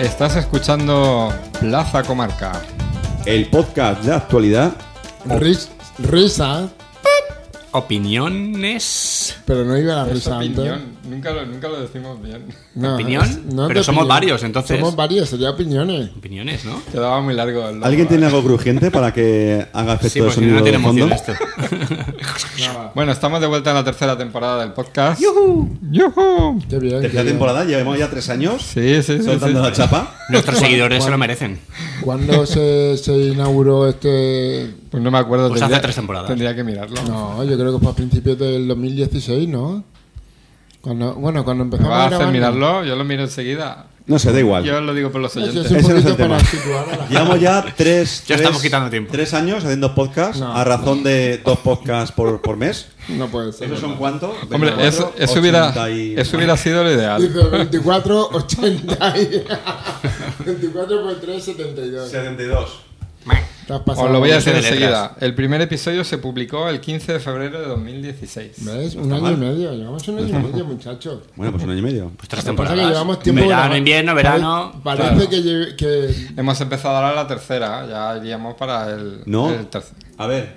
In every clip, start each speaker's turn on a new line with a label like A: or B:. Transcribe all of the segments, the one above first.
A: Estás escuchando Plaza Comarca.
B: El podcast de actualidad.
C: Ris- risas,
D: Opiniones.
C: pero no iba la risa antes.
A: opinión. Nunca lo, nunca lo decimos bien.
C: No,
D: ¿Opinión?
C: es- no es
D: Pero
C: de
D: somos varios, entonces.
C: Somos varios, sería opiniones.
D: Opiniones, ¿no?
A: Quedaba muy largo. el-
B: ¿Alguien tiene algo crujiente para que haga efecto
D: Sí,
B: de
D: porque si
B: sonido
D: no, no tiene
B: de fondo?
D: emoción esto.
A: Bueno, estamos de vuelta en la tercera temporada del podcast. ¡Yuhu! ¡Yuhu!
C: Qué bien.
B: Tercera
C: qué bien.
B: temporada, llevamos ya tres años
A: Sí, sí, sí.
B: soltando
A: sí.
B: la chapa.
D: Nuestros seguidores se lo merecen.
C: ¿Cuándo se, se inauguró este.?
A: Pues no me acuerdo.
D: Pues hace
A: tendría,
D: tres temporadas.
A: Tendría que mirarlo.
C: No, yo creo que fue a principios del 2016, ¿no? Cuando, bueno, cuando
A: ¿Me
C: empezamos
A: vas a hacer
C: grabar, ¿no?
A: mirarlo? Yo lo miro enseguida.
B: No sé, da igual.
A: Yo lo digo por los
C: Eso
A: oyentes.
C: es un
B: Ese no es
C: poquito
B: el tema.
C: para situar a la gente.
B: Llevamos ya tres,
D: Ya
B: tres-
D: estamos quitando tiempo.
B: tres años haciendo podcasts
C: No.
B: a razón de dos podcasts por, por mes.
C: No puede ser.
B: ¿Esos son cuántos?
A: Hombre, eso, eso hubiera, eso hubiera sido lo ideal.
C: Dice 24, 80 y... 24 por 3, 72.
B: 72.
C: Te has pasado.
A: Os lo voy a decir
D: de letras.
A: enseguida. El primer episodio se publicó el 15 de febrero de 2016.
C: ¿Ves? Un año
B: mal.
C: y medio. Llevamos un año y medio, muchachos.
B: Bueno, pues un año y medio.
D: Pues tres
C: Lo que pasa es que
D: temporadas.
C: llevamos tiempo
D: verano,
C: grabando.
D: invierno, verano.
C: Pare- Parece que, lle- que
A: Hemos empezado ahora la tercera, ya iríamos para el,
B: No.
A: el tercer.
B: A ver,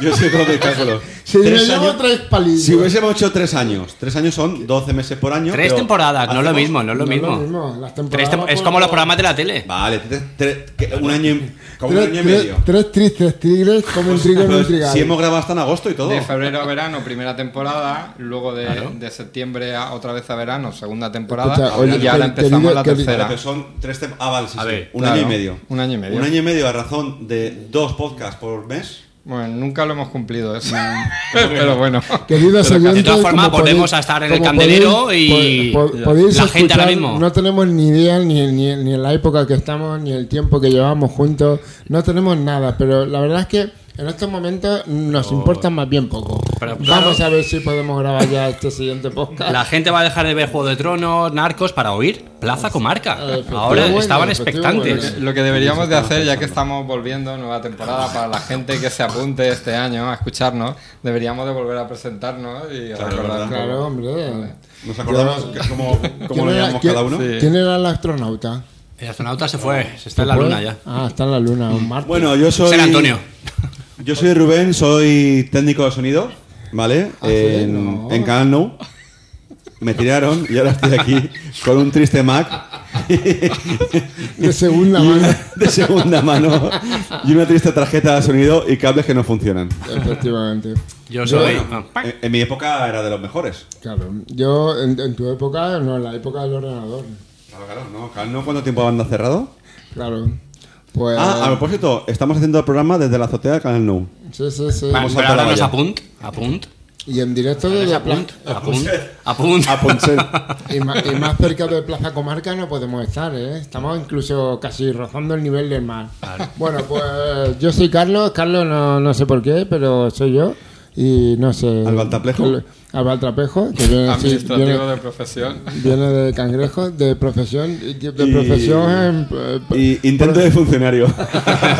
B: yo sé todos mis cálculos.
C: Si
B: Tres
C: le llevo
B: años-
C: tres palillos.
B: Si hubiésemos hecho tres años, tres años son 12 meses por año.
D: Tres
B: pero
D: temporadas, no es lo
B: hacemos-
D: mismo, no es
C: no
D: lo
C: es
D: mismo.
C: lo mismo. Las temporadas
D: Tres tem- es
C: por-
D: como los programas de la tele.
B: Vale, tres- tres- que- un año y, como
C: Tres,
B: un año y
C: tres-
B: medio.
C: tres tristes tigres comen trigo en
B: Pero
C: un trigal.
B: si hemos grabado hasta en agosto y todo.
A: De febrero a verano, primera temporada, luego de, de septiembre a, otra vez a verano, segunda temporada,
C: Escucha, oye,
A: y ahora
C: querido-
A: empezamos la
C: querido-
B: Vale,
A: tercera.
B: pero son tres tem- Ah, vale, sí,
D: A
B: sí,
D: ver,
B: un
A: claro,
B: año y medio.
A: un año y medio.
B: Un año y medio a razón de dos podcasts por mes.
A: Bueno, nunca lo hemos cumplido eso. pero bueno.
C: Queridos
A: Pero
C: oyentes,
D: de todas formas,
C: como
D: volvemos
C: podéis-
D: a estar en el
C: como
D: candelero
C: podéis-
D: y
C: po- po- podéis
D: la gente ahora
C: escuchar,
D: mismo.
C: No tenemos ni idea, ni, ni, ni la época que estamos, ni el tiempo que llevamos juntos. No tenemos nada, pero la verdad es que en estos momentos nos importa más bien poco.
D: Oh. Pero,
C: Vamos a ver si podemos grabar ya este siguiente podcast.
D: La gente va a dejar de ver Juego de Tronos, Narcos para oír Plaza Comarca.
C: Efectivo,
D: Ahora
C: bueno,
D: estaban
C: efectivo,
D: expectantes.
C: bueno.
A: Lo que deberíamos de hacer, ya que estamos volviendo nueva temporada para la gente que se apunte este año a escucharnos, deberíamos de volver a presentarnos y
B: Claro,
A: recordar un
B: ¿verdad?
C: Claro,
A: poco.
C: hombre.
B: Nos acordamos que- cómo, cómo
C: ¿Quién
B: lo
C: era-
B: llamamos
C: quién-
B: cada uno.
A: sí.
C: ¿Quién era el astronauta?
D: El astronauta se fue, se está en la
C: ¿Fue?
D: luna ya.
C: Ah, está en la luna, un martes.
B: Bueno, yo soy.
D: Ser Antonio.
B: Yo soy Rubén, soy técnico de sonido, ¿vale?
C: Ah, sí,
B: en,
C: no.
B: en Canal Now. Me tiraron y ahora estoy aquí con un triste Mac
C: de segunda mano.
B: de segunda mano y una triste tarjeta de sonido y cables que no funcionan.
C: Efectivamente.
D: Yo soy. Ah,
B: En, en mi época era de los mejores.
C: Claro, yo en, en tu época, no, en la época del ordenador.
B: Claro, claro, ¿no? Canal Now, ¿Cuánto tiempo banda cerrado?
C: Claro. Pues.
B: Ah, a propósito, estamos haciendo el programa desde la azotea de Canal Nou.
C: sí, sí, sí.
D: Vamos
B: saltar
D: a
B: la
D: ahora nos
B: valla.
D: apunt, apunt,
C: Y en directo desde la
D: apunt,
C: plaza.
D: apunt, apunt.
B: A Ponchel.
C: Y más, y más cerca de Plaza Comarca no podemos estar, ¿eh? Estamos incluso casi rozando el nivel del mar. Bueno, pues yo soy Carlos. Carlos no, no sé por qué, pero soy yo. Y no sé.
B: ¿Al Baltapejo?
C: Al Baltapejo, que viene, sí, viene-
A: Administrativo de profesión.
C: Viene de cangrejo, de profesión, de profesión en, eh,
B: Y intento de funcionario.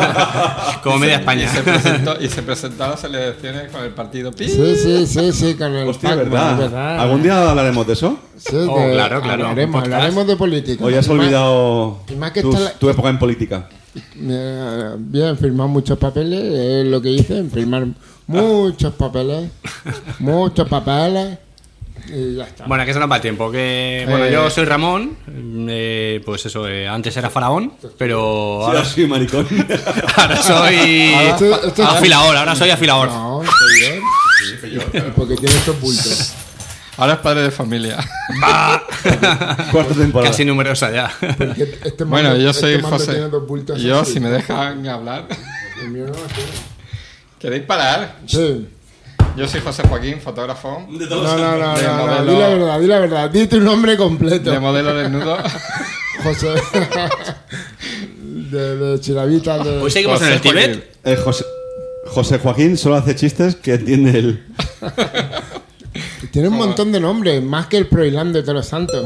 D: Como media
A: Y
D: España.
A: se, presentó, y se presentó a las elecciones con el partido PI.
C: Sí, sí, sí, sí, con el
B: Hostia,
C: Pac-Man, ¿eh?
B: ¿verdad? ¿Algún día hablaremos de eso?
C: Sí,
D: Oh,
C: de-
D: claro, claro, un
C: Hablaremos,
D: podcast.
C: hablaremos de política.
B: ¿O ya has
C: Y más-
B: olvidado
C: y más que
B: tus-
C: está la-
B: tu época en política?
C: eh, Bien, firmar muchos papeles, es lo que dicen, firmar muchos papeles, muchos papeles, y ya está.
D: Bueno, que se nos va el tiempo. Que, bueno,
A: Eh.
D: yo soy Ramón. eh, pues eso, eh, antes era Faraón, pero
B: Ahora
D: ahora,
B: sí, maricón.
D: ahora soy
C: Esto- esto-
D: afilador. Ahora soy afilador.
C: No, soy yo. Porque tiene estos bultos.
A: Ahora es padre de familia.
C: Este
B: Cuarta temporada.
D: Casi numerosa ya.
C: Porque este
A: Bueno,
C: mando-
A: yo
C: este
A: soy
C: mando
A: José.
C: tiene dos bultos
A: Yo,
C: así.
A: si me dejan hablar.
C: El mío no, sí.
A: ¿Queréis parar?
C: Sí.
A: Yo soy José Joaquín, fotógrafo.
B: De
C: No,
B: todos.
C: no, no, no,
A: De
C: no,
A: modelo-
C: di la verdad, di la verdad, di tu nombre completo.
A: De modelo desnudo.
C: José. de, de Chiravita, de.
D: Hoy seguimos en el
A: José Joaquín.
D: Tíbet.
B: Eh, José, José Joaquín solo hace chistes que entiende él.
C: Tiene un montón de nombres, más que el Proilán de Todos Santos.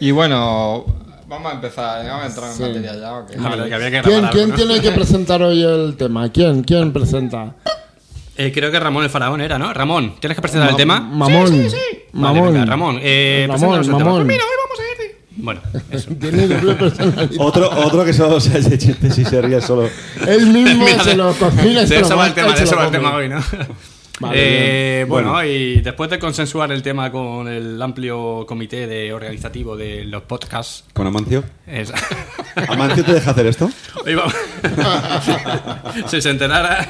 A: Y bueno, vamos a empezar, ¿eh? vamos a entrar en
C: Sí.
A: materia ya. ¿o qué?
D: La verdad Ah, que había que
C: ¿Quién,
D: grabar
C: quién
D: algo, ¿no?
C: tiene que presentar hoy el tema? ¿Quién? ¿Quién presenta?
D: Eh, creo que Ramón el Faraón era, ¿no? Ramón, ¿tienes que presentar el tema?
C: Mamón. Mamón.
D: Vale, venga, Ramón, eh,
C: Ramón,
D: preséntanos
C: Mamón.
D: el tema. Pues mira, hoy vamos a ir de- Bueno, eso.
C: Tiene doble personalidad.
B: Otro, otro que solo se hace chistes y se ríe solo.
C: Él mismo
D: Mira,
C: se lo cocina y
D: de
C: se lo
D: eso va el
C: marca y
D: tema, de
C: eh, se
D: eso
C: lo
D: va el
C: come.
D: tema hoy, ¿no?
C: Vale,
D: Eh, bueno, y después de consensuar el tema con el amplio comité de organizativo de los podcasts,
B: ¿Con Amancio?
D: es-
B: ¿Amancio te deja hacer esto?
D: hoy vamos- si se enterara,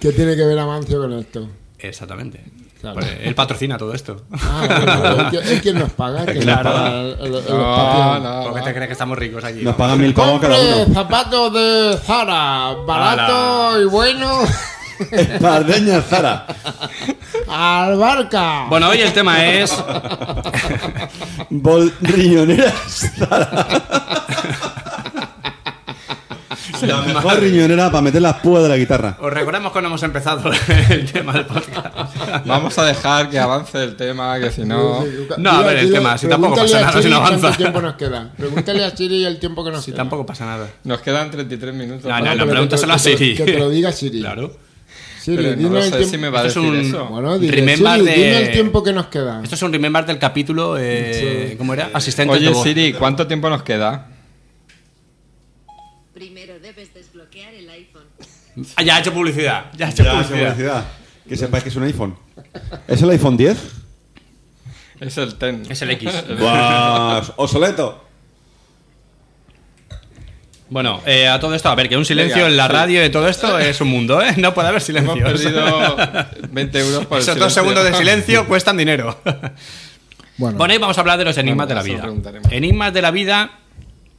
C: ¿Qué tiene que ver Amancio con esto?
D: exactamente.
C: Claro.
D: Pues él patrocina todo esto.
C: Ah, bueno, es, que, es quien nos paga. que
B: Claro.
C: nos paga el- el- el
A: No,
C: espacio.
A: no,
D: ¿Por qué
A: no.
D: te crees que estamos ricos aquí?
B: Nos
D: Vamos.
B: pagan mil pavos cada
C: Compre
B: uno.
C: zapatos de Zara, barato
D: Ala.
C: y bueno,
B: Pardeña Zara.
C: albarca.
D: Bueno, hoy el tema es
B: Bol riñoneras Zara. La mejor riñonera para meter las púas de la guitarra.
D: Os recordamos cuando hemos empezado el tema del podcast.
A: Vamos a dejar que avance el tema, que si no.
D: No, a
C: Dile-
D: ver, el
C: dile-
D: tema, si tampoco
C: pregúntale
D: pasa
C: a
D: nada, si
C: Siri
D: no avanza.
C: ¿Cuánto tiempo nos queda? Pregúntale a Siri el tiempo que nos
D: Si
C: queda.
D: tampoco pasa nada.
A: Nos quedan 33 minutos.
D: No,
A: para-
C: Bueno,
D: no, no,
C: pero que te-
D: pregúntaselo a
C: que te-
D: Siri.
C: Que te lo diga Siri.
D: Claro.
C: Siri,
A: Pero no
C: dime
A: lo
C: el
A: sé
C: tiempo.
A: si me va a
D: Esto
A: decir
D: es un-
A: eso.
C: Bueno, dile,
D: Remember
C: Siri,
D: de-
C: dime el tiempo que nos queda.
D: Esto es un remember del capítulo. Eh, ¿Cómo era? Asistente de
A: Oye,
D: voz.
A: Siri, ¿cuánto tiempo nos queda?
E: Primero debes desbloquear el iPhone.
D: Ah, ya ha hecho publicidad. Ya ha hecho publicidad.
B: Que sepáis que es un iPhone. ¿Es el iPhone 10?
A: Es el TEN.
D: Es el X.
B: ¡Guau! ¡Obsoleto!
D: Bueno, eh, a todo esto, a ver, que un silencio
A: Venga,
D: en la
A: sí.
D: radio y todo esto es un mundo, ¿eh? No puede haber
A: Hemos
D: silencio.
A: perdido 20 euros por el
D: Esos dos
A: silencio.
D: segundos de silencio cuestan dinero.
C: Bueno,
D: Bueno, hoy vamos a hablar de los enigmas
A: Bueno, eso
D: de la vida.
A: preguntaremos.
D: Enigmas de la vida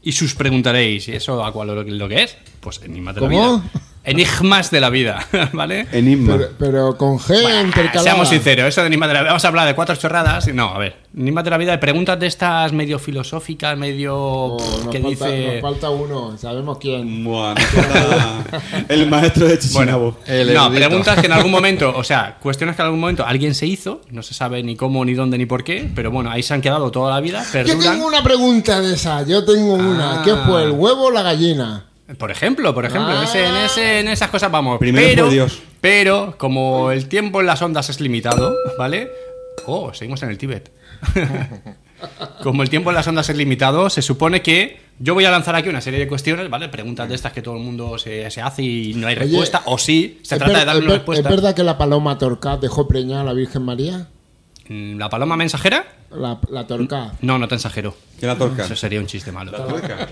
D: y sus preguntaréis. ¿Y eso a cuál lo, lo que es? Pues enigmas de la
C: ¿Cómo?
D: vida. Enigmas de la vida, ¿vale?
B: Enigma.
C: pero, pero con G
D: Ah,
C: intercalada.
D: Seamos sinceros, eso de enigmas de la vida. Vamos a hablar de cuatro chorradas. y No, a ver. Enigmas de la vida, preguntas de estas medio filosóficas, medio.
C: Oh,
D: pff,
C: nos,
D: que
C: falta,
D: dice.
C: nos falta uno, sabemos quién.
B: Buah, nos falta el maestro de Chichinabo.
A: El
D: no,
A: erudito.
D: preguntas que en algún momento, o sea, cuestiones que en algún momento alguien se hizo, no se sabe ni cómo, ni dónde, ni por qué, pero bueno, ahí se han quedado toda la vida,
C: Yo
D: perduran.
C: tengo una pregunta de esa, yo tengo una.
D: Ah.
C: ¿Qué fue, el huevo o la gallina?
D: Por ejemplo, por ejemplo,
C: Ah.
D: en, ese- en ese- en esas cosas vamos.
B: Primero
D: pero,
B: fue Dios.
D: pero, como el tiempo en las ondas es limitado, ¿vale? Oh, seguimos en el Tíbet. como el tiempo en las ondas es limitado, se supone que yo voy a lanzar aquí una serie de cuestiones, ¿vale? Preguntas de estas que todo el mundo se, se hace y no hay
C: Oye,
D: respuesta, o sí, se
C: ¿Es
D: trata
C: ver-
D: de darle
C: es
D: una
C: ver-
D: respuesta.
C: ¿Es verdad que la paloma Torcaz dejó preñada a la Virgen María?
D: Mm, ¿La paloma mensajera?
C: La, la Torcaz.
D: No, no te ensajero.
B: ¿Quién la torca?
D: Eso sería un chiste malo.
C: La torcal,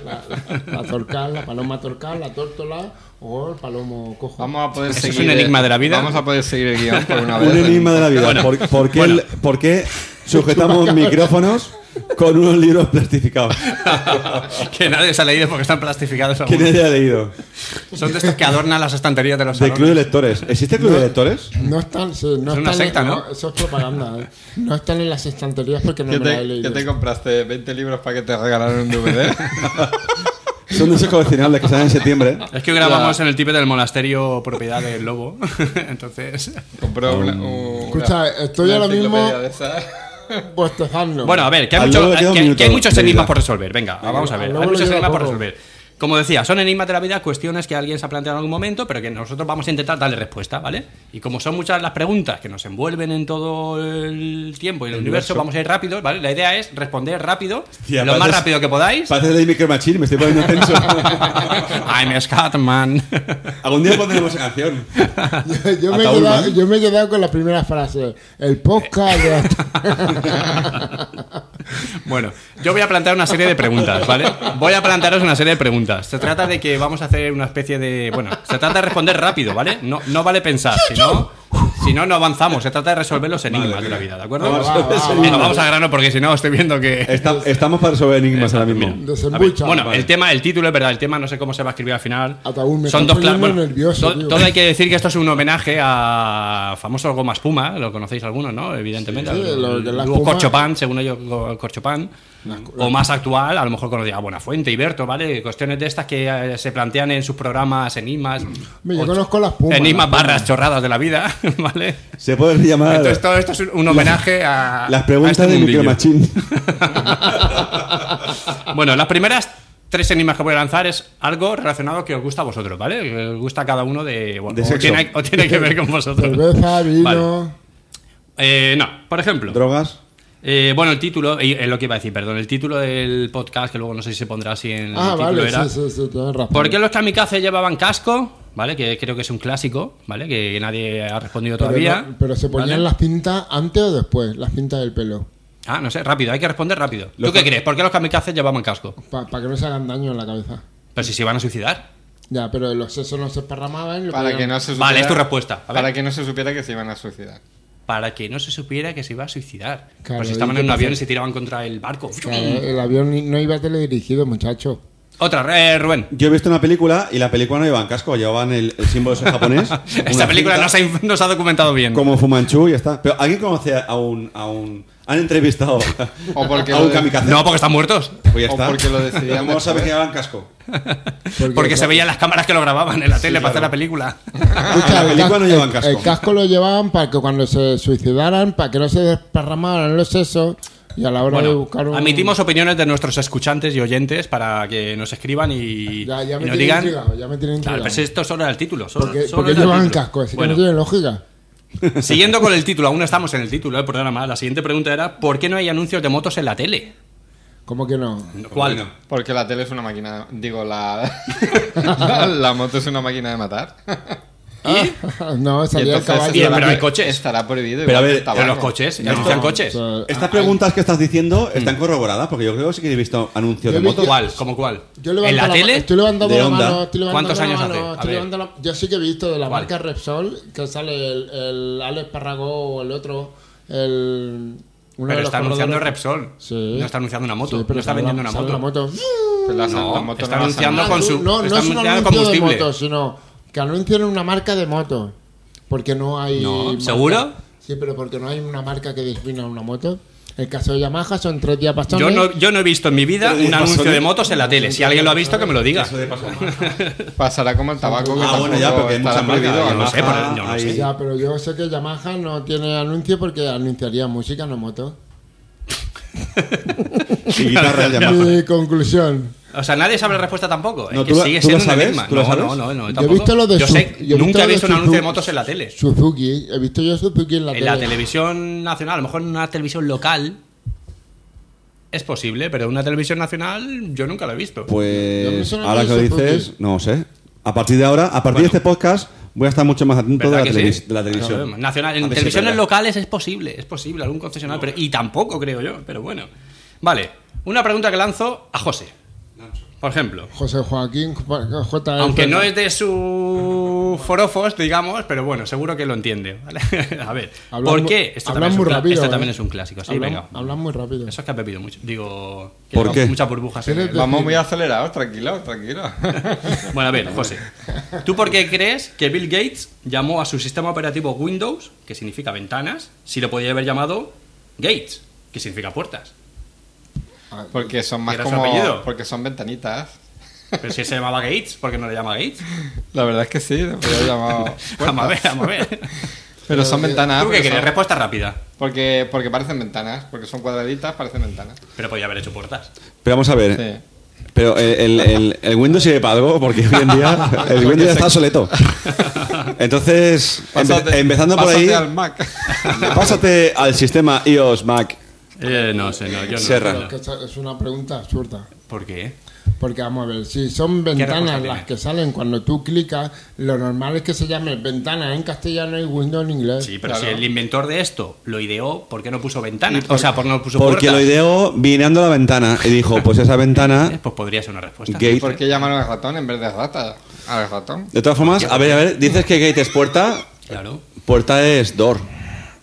C: la paloma torcal, la tórtola o el palomo cojo.
A: Vamos a poder
D: ¿Eso es
A: seguir.
D: un
A: el-
D: enigma de la vida?
A: Vamos a poder seguir el guión por una vez.
B: Un enigma de la vida. ¿Por, por qué, el- por qué sujetamos micrófonos con unos libros plastificados?
D: Ah, que nadie se ha leído porque están plastificados.
B: ¿Quién
D: algunos.
B: haya leído?
D: Son de estos que adornan las estanterías de los
B: De
D: salones.
B: Club de Lectores. ¿Existe Club de Lectores?
C: No están, sí, no
D: Es una
C: están-
D: secta, ¿no?
C: Eso es propaganda. eh. No están en las estanterías porque no
A: ¿Qué
C: me la he
A: te,
C: leído.
A: qué te compraste? ¿20 libros para que te regalaran un DVD?
B: Son de esos coleccionables que salen en septiembre.
D: Es que grabamos en el tipe del monasterio propiedad del lobo. Entonces.
A: Compró una. un-
C: Escucha,
A: una-
C: estoy
A: una
C: ahora mismo-
A: enciclopedia de esas.
C: Pues, Bostezando.
D: Bueno, a ver, que hay,
B: Al
D: mucho-
B: lobo queda un
D: que- que hay
B: minuto
D: muchos
B: de
D: enigmas
B: vida.
D: por resolver. Venga, vamos a
C: al
D: ver.
C: lobo
D: Hay
C: le
D: muchos
C: queda
D: enigmas por
C: poco.
D: resolver. Como decía, son enigmas de la vida, cuestiones que alguien se ha planteado en algún momento, pero que nosotros vamos a intentar darle respuesta, ¿vale? Y como son muchas las preguntas que nos envuelven en todo el tiempo y el, universo,
B: universo.
D: vamos a ir rápido, ¿vale? La idea es responder rápido,
B: Tía,
D: lo más
B: pareces-
D: rápido que podáis.
B: Parece de Micro Machine, me estoy poniendo tenso.
D: I'm Scatman.
B: Algún día pondremos esa canción.
C: yo, yo me he
B: Ataúd,
C: quedado,
B: ¿vale?
C: yo me he quedado con la primera frase. El podcast de
D: Bueno, yo voy a plantear una serie de preguntas, ¿vale? Voy a plantearos una serie de preguntas. Se trata de que vamos a hacer una especie de. Bueno, se trata de responder rápido, ¿vale? No, no vale pensar, si no, si no, no avanzamos. Se trata de resolver los enigmas
B: Madre
D: de la
B: mía.
D: vida, ¿de acuerdo?
B: Vamos a
D: Vamos,
C: Va, va,
B: resolver-
D: Venga, vamos a grano porque si no, estoy viendo que.
B: Está- estamos para resolver enigmas ahora mismo.
D: Mira.
C: Desembucha.
D: Bueno,
B: vale.
D: el tema, el título es verdad, el tema no sé cómo se va a escribir al final.
C: Ataúd, me
D: Son
C: está
D: dos clases.
C: poniendo nervioso, tío.
D: todo, hay que decir que esto es un homenaje a famoso Goma Espuma, lo conocéis algunos, ¿no? Evidentemente.
C: Sí, sí,
D: al-
C: lo que la
D: al dúo
C: espuma-
D: Corchopan, según ellos, co- Corchopan. O más actual, a lo mejor conocía a Buenafuente y Berto, ¿vale? Cuestiones de estas que eh, se plantean en sus programas, enigmas.
C: Mira,
D: o-
C: yo conozco las pumas.
D: Enigmas barras chorradas de la vida, ¿vale?
B: Se puede llamar
D: Entonces todo esto es un- un homenaje a.
B: las
D: a
B: preguntas
D: este
B: de Micro
D: mundillo.
B: Machine.
D: Bueno, las primeras tres enigmas que voy a lanzar es algo relacionado que os gusta a vosotros, ¿vale? Que os gusta a cada uno de. Bueno,
B: De
D: o,
B: sexo.
D: tiene, o tiene que ver con vosotros.
C: Cerveza, vino.
D: Vale. Eh, no, por ejemplo,
B: Drogas.
D: Eh, bueno, el título, y es lo que iba a decir, perdón, el título del podcast, que luego no sé si se pondrá así en el
C: Ah,
D: título
C: vale,
D: era,
C: sí, sí, sí, tienes razón.
D: ¿Por qué los kamikazes llevaban casco? ¿Vale? Que creo que es un clásico, ¿vale? Que nadie ha respondido
C: Pero
D: todavía.
C: no- pero se ponían
D: ¿vale?
C: las cintas antes o después, las cintas del pelo.
D: Ah, no sé, rápido, hay que responder rápido.
B: Los
D: ¿Tú qué
B: ca-
D: crees? ¿Por qué los kamikazes llevaban casco?
C: Para que no se hagan daño en la cabeza.
D: Pero si se iban a suicidar.
C: Ya, pero los sesos no se esparramaban. lo
A: Para que
C: ponían-
A: no se supiera,
D: Vale, es tu respuesta. A ver.
A: Para que no se supiera que se iban a suicidar.
D: Para que no se supiera que se iba a suicidar.
C: Claro,
D: Pues si
C: ¿y
D: estaban
C: qué
D: en un
C: pasa?
D: avión y se tiraban contra el barco.
C: Claro, el avión ni- no iba teledirigido, muchacho.
D: Otra, eh, Rubén.
B: Yo he visto una película y la película no llevaban casco, llevaban el, el símbolo ese japonés.
D: Esta película no se, ha, inf- no se ha documentado bien.
B: Como Fumanchu y ya está. Pero ¿alguien conoce a un. A un han entrevistado
A: O porque
B: a
A: lo
B: un
A: de-
B: kamikaze.
D: No, porque están muertos.
B: Pues ya
A: O
B: está.
A: porque lo decidían
B: ¿Cómo
A: después.
B: sabes que llevaban casco?
D: Porque, se veían las cámaras que lo grababan en la tele para hacer la película.
B: Escucha, Ah, la
C: el
B: película no
C: cas-
B: llevan
C: el-
B: casco.
C: El casco lo llevaban para que cuando se suicidaran, para que no se desparramaran los sesos y a la hora de
D: Bueno,
C: buscar un...
D: admitimos opiniones de nuestros escuchantes y oyentes para que nos escriban y,
C: Ya, ya me
D: y nos
C: tiene
D: digan.
C: intrigado, ya me tiene
D: Claro,
C: intrigado.
D: pero si esto solo era el título. Solo,
C: porque
D: solo
C: porque
D: era el
C: llevaban
D: título.
C: casco, así
D: Bueno,
C: que no tiene lógica.
D: siguiendo con el título, aún estamos en el título del programa. La siguiente pregunta era: ¿por qué no hay anuncios de motos en la tele?
C: ¿Cómo que no?
D: ¿Cuál?
B: Bueno.
A: Porque la tele es una máquina. Digo, la. la, la moto es una máquina de matar.
C: no,
A: Y
C: salía el
A: entonces
C: caballo.
D: Bien,
A: estará
D: pero hay
A: pro-
D: coches.
A: Estará prohibido.
B: Pero
A: igual
B: a
A: que
B: ver,
A: el
B: pero
A: tabaco.
D: los coches,
C: No,
D: anuncian coches.
C: o sea,
B: Estas preguntas que estás diciendo están corroboradas porque yo creo que sí que he visto anuncios
C: Yo
B: de
C: he visto-
B: motos.
D: ¿Cuál? ¿Cómo cuál?
C: yo levanto
D: ¿En la, tele?
C: Estoy levantando
B: de
C: la
B: Honda.
C: mano. Estoy levantando
D: ¿Cuántos
C: la
D: años
C: mano,
D: hace? A
C: estoy
D: ver.
C: levantando la- Yo sí que he visto de la
D: ¿Cuál?
C: marca Repsol que sale el, el Alex Parrago o el otro. El, uno de
D: Pero
C: los
D: está anunciando
C: corredores.
D: Repsol.
C: Sí.
D: No está anunciando una moto.
C: Sí, pero
D: no está
C: sale la-
D: vendiendo una
C: sale
D: moto.
C: la Ah,
A: Pues la-
D: No,
A: la moto
D: está
A: no va a
D: anunciando
A: salir.
D: con su-
C: no, no
D: está
C: es un
D: anunciando
C: anuncio
D: combustible.
C: de moto, sino que anuncian una marca de moto. Porque no hay.
D: No,
C: marca-
D: ¿seguro?
C: Sí, pero porque no hay una marca que defina una moto. El caso de Yamaha son tres días
D: Yo
C: pastones.
D: no, yo no he visto en mi vida
B: Pero de
D: un anuncio
B: pasones.
D: de motos en la tele. Si alguien lo ha visto, que me lo diga.
B: Eso de paso.
A: Pasará como el tabaco. que
B: Ah, bueno, ya,
A: tampoco
B: porque hay
A: estará
B: muchas marcas.
A: prohibido. Ah,
D: yo no sé,
B: Yamaha,
D: pero yo no
B: hay-
D: sé.
C: Ya, pero yo sé que Yamaha no tiene anuncio porque anunciaría música, no moto.
B: Y guitarra de Yamaha.
C: Mi conclusión.
D: O sea, nadie sabe la respuesta tampoco. Es
B: No,
D: que
B: tú la-
D: sigue
B: tú la
D: siendo un
B: sabes,
D: enigma.
B: tú la
D: No,
B: sabes.
D: no, no, no,
C: Yo he
D: tampoco.
C: visto lo de
D: Yo
C: su-
D: sé-
C: yo he
D: nunca
C: visto lo
D: he
C: de
D: visto un
C: su-
D: anuncio de motos en la tele.
C: Suzuki, he visto yo Suzuki en la
D: En
C: tele.
D: la televisión nacional, a lo mejor en una televisión local. Es posible, pero en una televisión nacional yo nunca lo he visto.
C: Yo me
B: Pues
C: suena
B: ahora que lo
C: que eso,
B: dices,
C: porque-
B: no sé. A partir de ahora, a partir de este podcast, voy a estar mucho más atento de
D: ¿Verdad
B: la,
D: que
B: televis-
D: sí?
B: de la
D: No lo vemos.
B: televisión.
D: Nacional,
B: A
D: en
B: ver si es
D: televisiones
B: verdad.
D: locales es posible, es posible, algún concesionario, pero, y tampoco creo yo, pero bueno. Vale, una pregunta que lanzo a José. Por ejemplo,
C: José Joaquín, J.
D: aunque no es de sus forofos, digamos, pero bueno, seguro que lo entiende. ¿vale? a ver,
C: Hablan
D: ¿por
C: mu-
D: qué? Esto,
C: hablan
D: también es, un
C: muy
D: cla-
C: rápido,
D: esto
C: ¿eh?
D: también es un clásico, sí,
C: Hablan,
D: venga.
C: hablan muy rápido.
D: Eso es que has bebido mucho. Digo, que
B: ¿Por
D: lleva
B: qué?
D: muchas burbujas. en
C: ¿Tienes
D: el-
C: de-
A: Vamos muy acelerados, tranquilo, tranquilo.
D: Bueno, a ver, José. ¿Tú por qué crees que Bill Gates llamó a su sistema operativo Windows, que significa ventanas, si lo podía haber llamado Gates, que significa puertas?
A: Porque son más
D: Era su
A: como.
D: apellido.
A: Porque son ventanitas.
D: Pero si se llamaba Gates, ¿por qué no le llama Gates?
A: La verdad es que sí, lo podría haber llamado.
D: Vamos a ver, vamos
B: Ah,
D: a ver.
A: Pero son ventanas.
D: ¿Tú qué
A: porque
D: crees?
A: son-
D: Respuesta rápida.
A: Porque, porque parecen ventanas, porque son cuadraditas, parecen ventanas.
D: Pero podía haber hecho puertas.
B: Pero vamos a ver.
A: Sí.
B: Pero eh, el, el- el- el Windows sirve para algo porque hoy en día el Windows ya está obsoleto. Entonces, empe-
A: Pásate-
B: empezando por
A: pásate
B: ahí,
A: al Mac.
B: pásate al sistema iOS Mac.
D: Eh, no sé, no, yo no.
B: Serra.
D: no,
C: Pero
D: no.
C: que esa es una pregunta absurda.
D: ¿Por qué?
C: Porque vamos a ver, si son ventanas
D: respuesta
C: las
D: tiene?
C: que salen cuando tú clicas, lo normal es que se llame ventanas en castellano y Windows en inglés.
D: Sí, pero
A: Claro.
D: si el inventor de esto lo ideó, ¿por qué no puso ventanas? O sea, ¿por qué no puso
B: Porque
D: puertas?
B: lo ideó mirando la ventana y dijo, pues esa
D: Eh,
B: ventana...
D: Pues podría ser una respuesta.
B: Gate.
A: ¿Por qué llamaron al ratón en vez de rata? Al ratón.
B: De todas formas, a ver, a ver, dices que Gate es puerta,
D: Claro.
B: puerta es door.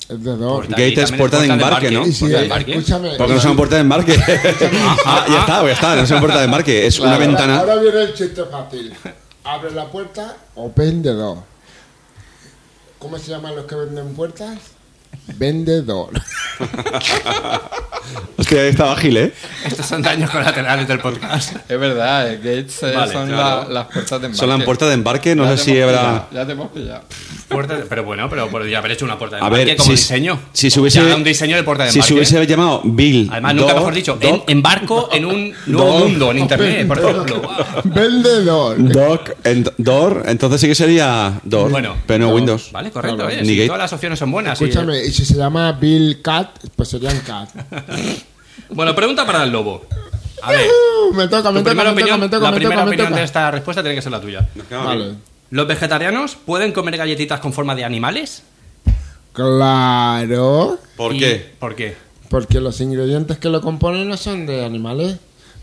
C: Es de dos.
D: Puerta.
B: Gate
D: Aquí
B: es
D: también
B: puerta de embarque, ¿no?
C: Y si-
D: Puerta de embarque.
C: escúchame.
B: Porque no son puerta de embarque. Ah, ya está, ya está, no son puerta de embarque, es una
C: Ahora-
B: ventana.
C: Ahora viene el chiste fácil. Abre la puerta o vendedor. ¿Cómo se llaman los que venden puertas? Vendedor.
B: Hostia, estaba ágil, ¿eh?
D: Estos son daños colaterales del podcast.
A: Es verdad, eh, Gates eh,
D: Vale,
A: son
D: claro.
A: la- las puertas de embarque.
B: Son las puertas de embarque, no
A: Ya
B: sé
A: te
B: si
A: hemos
B: habrá...
A: pillado, Ya te hemos pillado.
D: Puerta de- pero bueno, pero podría haber hecho una puerta de
B: A
D: embarque
B: ver,
D: como
B: si,
D: diseño.
B: si se hubiese,
D: Ya, un diseño de puerta de
B: si
D: embarque.
B: se hubiese llamado Bill.
D: Además, nunca
B: Dog,
D: mejor dicho, en,
B: Dog,
D: en barco en un nuevo
B: Dog.
D: mundo en internet, por ejemplo.
C: Vendedor.
B: Doc, en- Door, entonces sí que sería Door,
D: Bueno.
B: pero no
C: No.
B: Windows.
D: Vale, correcto. eh,
B: Ni
D: oye, si
B: gate.
D: todas las opciones son buenas. y-
C: Escúchame, y si se llama Bill Cat, pues serían Cat.
D: Bueno, pregunta para el lobo. A ver,
C: Uh, me toca, me
D: tu
C: toca,
D: primera
C: me toca,
D: opinión,
C: me toca,
D: la
C: me
D: primera
C: toca, me
D: opinión de este.
C: toca.
D: esta respuesta tiene que ser la tuya.
C: Vale.
D: ¿Los vegetarianos pueden comer galletitas con forma de animales?
C: Claro.
B: ¿Por
D: ¿Y
B: qué?
D: ¿Por qué?
C: Porque los ingredientes que lo componen no son de animales.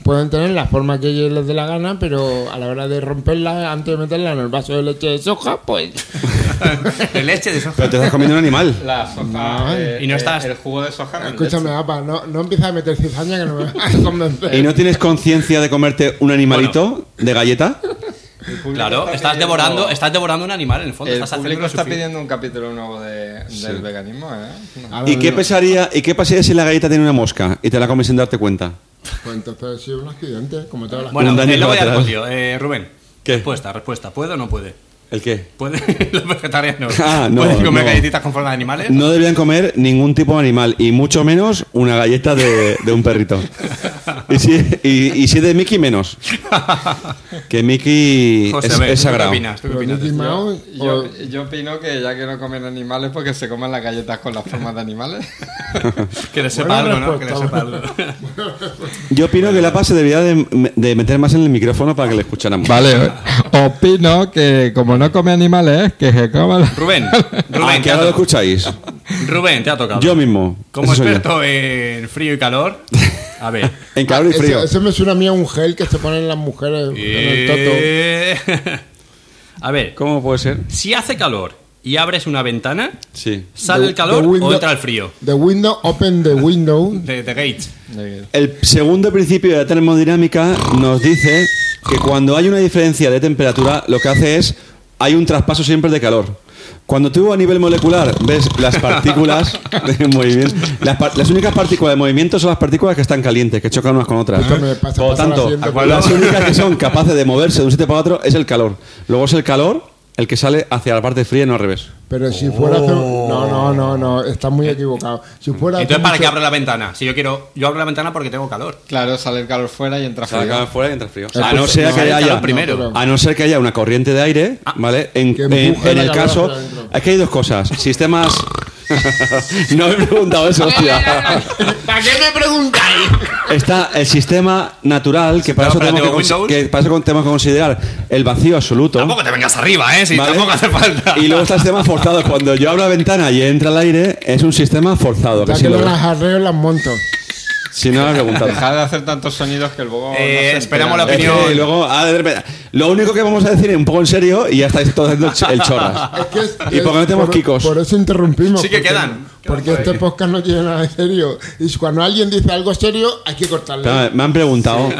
C: Pueden tener la forma que ellos les dé la gana, pero a la hora de romperla, antes de meterla en el vaso de leche de soja, pues.
D: De leche de soja.
B: Pero te estás comiendo un animal.
A: La soja. eh,
D: Y no
A: eh,
D: estás-
A: El jugo de soja. con
C: Escúchame,
A: leche.
C: apa, no, no empieces a meter cizaña que no me vas a convencer.
B: ¿Y no tienes conciencia de comerte un animalito de galleta?
A: El público
D: Claro,
A: está
D: estás
A: pidiendo-
D: devorando, estás devorando un animal en el fondo.
A: El
D: estás
A: público
D: haciéndolo
A: está
D: sufrir.
A: pidiendo un capítulo nuevo de- del veganismo, ¿eh?
C: Ahora
B: ¿Y qué
C: no.
B: pensaría, y qué pasaría si la galleta tiene una mosca y te la comes sin darte cuenta?
C: Pues entonces sí, un accidente, como todas las
D: Bueno,
B: Un daño
D: el lobo ya
B: colateral.
D: respondió. Eh, Rubén.
B: ¿Qué?
D: Respuesta, respuesta. ¿Puede o no puede?
B: ¿El qué?
D: ¿Puede? Los vegetarianos.
B: Ah, no,
D: ¿Pueden comer
B: no.
D: galletitas con forma de animales?
B: No deberían comer ningún tipo de animal y mucho menos una galleta de, de un perrito. Y si, y, y si es de Mickey, menos. Que Mickey
D: José,
B: es,
D: a ver,
B: es
D: ¿tú
B: sagrado.
D: ¿Qué opinas? ¿Tú qué
C: Pero
D: opinas?
C: Mickey
A: Yo,
C: Mouse o-
A: yo- yo opino que ya que no comen animales, porque se comen las galletas con las formas de animales.
D: Que le sepa
C: Buena
D: algo, ¿no? Que le sepa
C: respuesta.
D: algo.
B: Yo opino que la paz se debería de, de meter más en el micrófono para que le escucháramos.
A: Vale, opino que como no come animales, que se coman.
D: Rubén,
B: Ah,
D: Rubén,
B: que
D: te ha
B: ahora lo
D: tocado.
B: escucháis.
D: Rubén, te ha tocado.
B: Yo mismo.
D: Como
B: Ese soy yo.
D: experto en frío y calor, a ver.
B: En calor y
D: Ah,
C: Eso-
B: frío.
C: Eso, me suena a mí a un gel que se ponen las mujeres en el
D: Eh, A ver,
B: ¿Cómo puede ser?
D: si hace calor y abres una ventana,
B: Sí.
D: ¿sale
C: The-
D: el calor
C: the
D: o
C: window-
D: entra el frío?
C: toto. The window, open the window.
D: De, de Gates.
B: El segundo principio de la termodinámica nos dice que cuando hay una diferencia de temperatura, lo que hace es hay un traspaso siempre de calor. Cuando tú a nivel molecular ves las partículas de movimiento, las, par- las únicas partículas de movimiento son las partículas que están calientes, que chocan unas con otras.
C: Escúchame, pasa-
B: Por lo
C: pasa la
B: tanto,
C: siguiente
B: las únicas que son capaces de moverse de un sitio para otro es el calor. Luego es el calor el que sale hacia la parte fría y no al revés.
C: Pero si fuera hace... No, no, no, no, está muy equivocado. Si fuera hace
D: Oh. Eh. Entonces, ¿para
C: mucho-
D: qué abro la ventana? Si yo quiero, yo abro la ventana porque tengo calor.
A: Claro, sale el calor fuera y entra
B: Sale
A: frío.
B: fuera y entra frío.
C: Ah,
B: A no
C: pues,
B: ser
C: no,
B: que
C: el
B: haya
D: calor primero.
C: No,
B: a no ser que haya una corriente de aire, ¿vale? En,
C: Que
B: en-
C: empuje
B: en
C: la
B: el
C: calor
B: caso
C: hacia adentro.
B: es que hay dos cosas, sistemas No he preguntado eso, hostia.
D: ¿Para qué me preguntáis?
B: Está el sistema natural que para eso
D: Sistema
B: tenemos que,
D: operativo
B: consi-
D: Windows.
B: que para eso tenemos que considerar el vacío absoluto.
D: Tampoco te vengas arriba, ¿eh? Si
B: ¿vale?
D: tampoco hace falta.
B: Y luego está el sistema forzado. Cuando yo abro la ventana y entra el aire, es un sistema forzado. Que
C: Ya
B: si,
C: que
B: lo,
C: no las arreo, las monto.
B: si no lo he preguntado.
A: Deja de hacer tantos sonidos que el bobo.
D: Eh,
A: se
D: esperamos
A: entera.
D: la opinión.
B: Es que luego, ah, de repente, lo único que vamos a decir un poco en serio y ya estáis todos haciendo el ch- el choras.
C: Es que es-
B: ¿Y por qué no tenemos
C: por-
B: kikos?
C: Por eso interrumpimos.
D: Sí que
C: porque-
D: quedan. Quedan
C: Porque
D: por ahí.
C: este podcast no tiene nada de serio. Y cuando alguien dice algo serio, hay que cortarle.
B: Espera, me han preguntado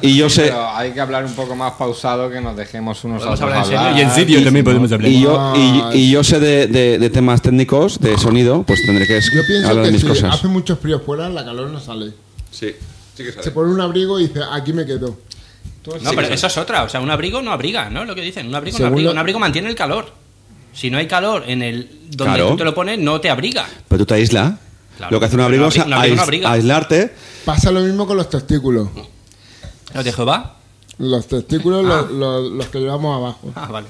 B: y yo sé
A: Pero hay que hablar un poco más pausado que nos dejemos unos
D: Podemos
A: a
D: hablar en
A: otros
D: serio
A: hablar.
D: y en serio también podemos hablar.
B: y yo y, y yo sé de, de- de temas técnicos de sonido pues tendré que
C: Yo pienso
B: hablar de
C: que
B: mis
C: si
B: cosas
C: hace mucho frío fuera, la calor no sale.
B: sí sí que
C: Se pone un abrigo y dice, aquí me quedo.
D: No, pero eso es otra. O sea, un abrigo no abriga, ¿no? Lo que dicen. Un abrigo no
C: Según
D: abriga.
C: lo-
D: Un abrigo mantiene el calor. Si no hay calor en el donde
B: Claro.
D: tú te lo pones, no te abriga.
B: pero tú te aísla
D: Claro.
B: lo que hace un
D: Un
B: abrigo es
D: abri- un abrigo no
B: ais-
D: abriga.
B: aislarte
C: Pasa lo mismo con los testículos.
D: ¿Los de Jehová?
C: Los testículos, los, los- los que llevamos abajo.
D: Ah, vale.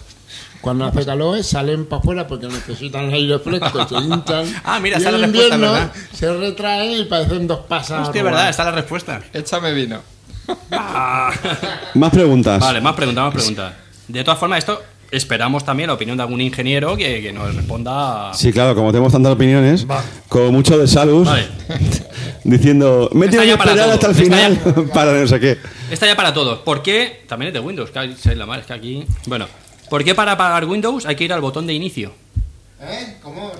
C: Cuando hace calor, salen para afuera porque necesitan aire fresco, se hinchan.
D: Ah, mira,
C: y
D: esa
C: en
D: es la respuesta,
C: invierno
D: ¿verdad?
C: se retraen y parecen dos pasas.
D: Hostia, verdad, está la respuesta.
A: Échame vino.
B: más preguntas
D: Vale, más preguntas, más preguntas. De todas formas, esto esperamos también la opinión de algún ingeniero que, que nos responda.
B: sí claro como tenemos tantas opiniones como mucho de Salus
D: Vale.
B: diciendo me tengo
D: Está
B: que
D: ya para
B: esperar
D: todo,
B: hasta el
D: está
B: final para no sé qué
D: Esta ya para todos. ¿Por qué? También es de Windows, que hay- es la madre, es que aquí. Bueno, ¿por qué para apagar Windows hay que ir al botón de inicio?
C: ¿Eh? ¿Cómo?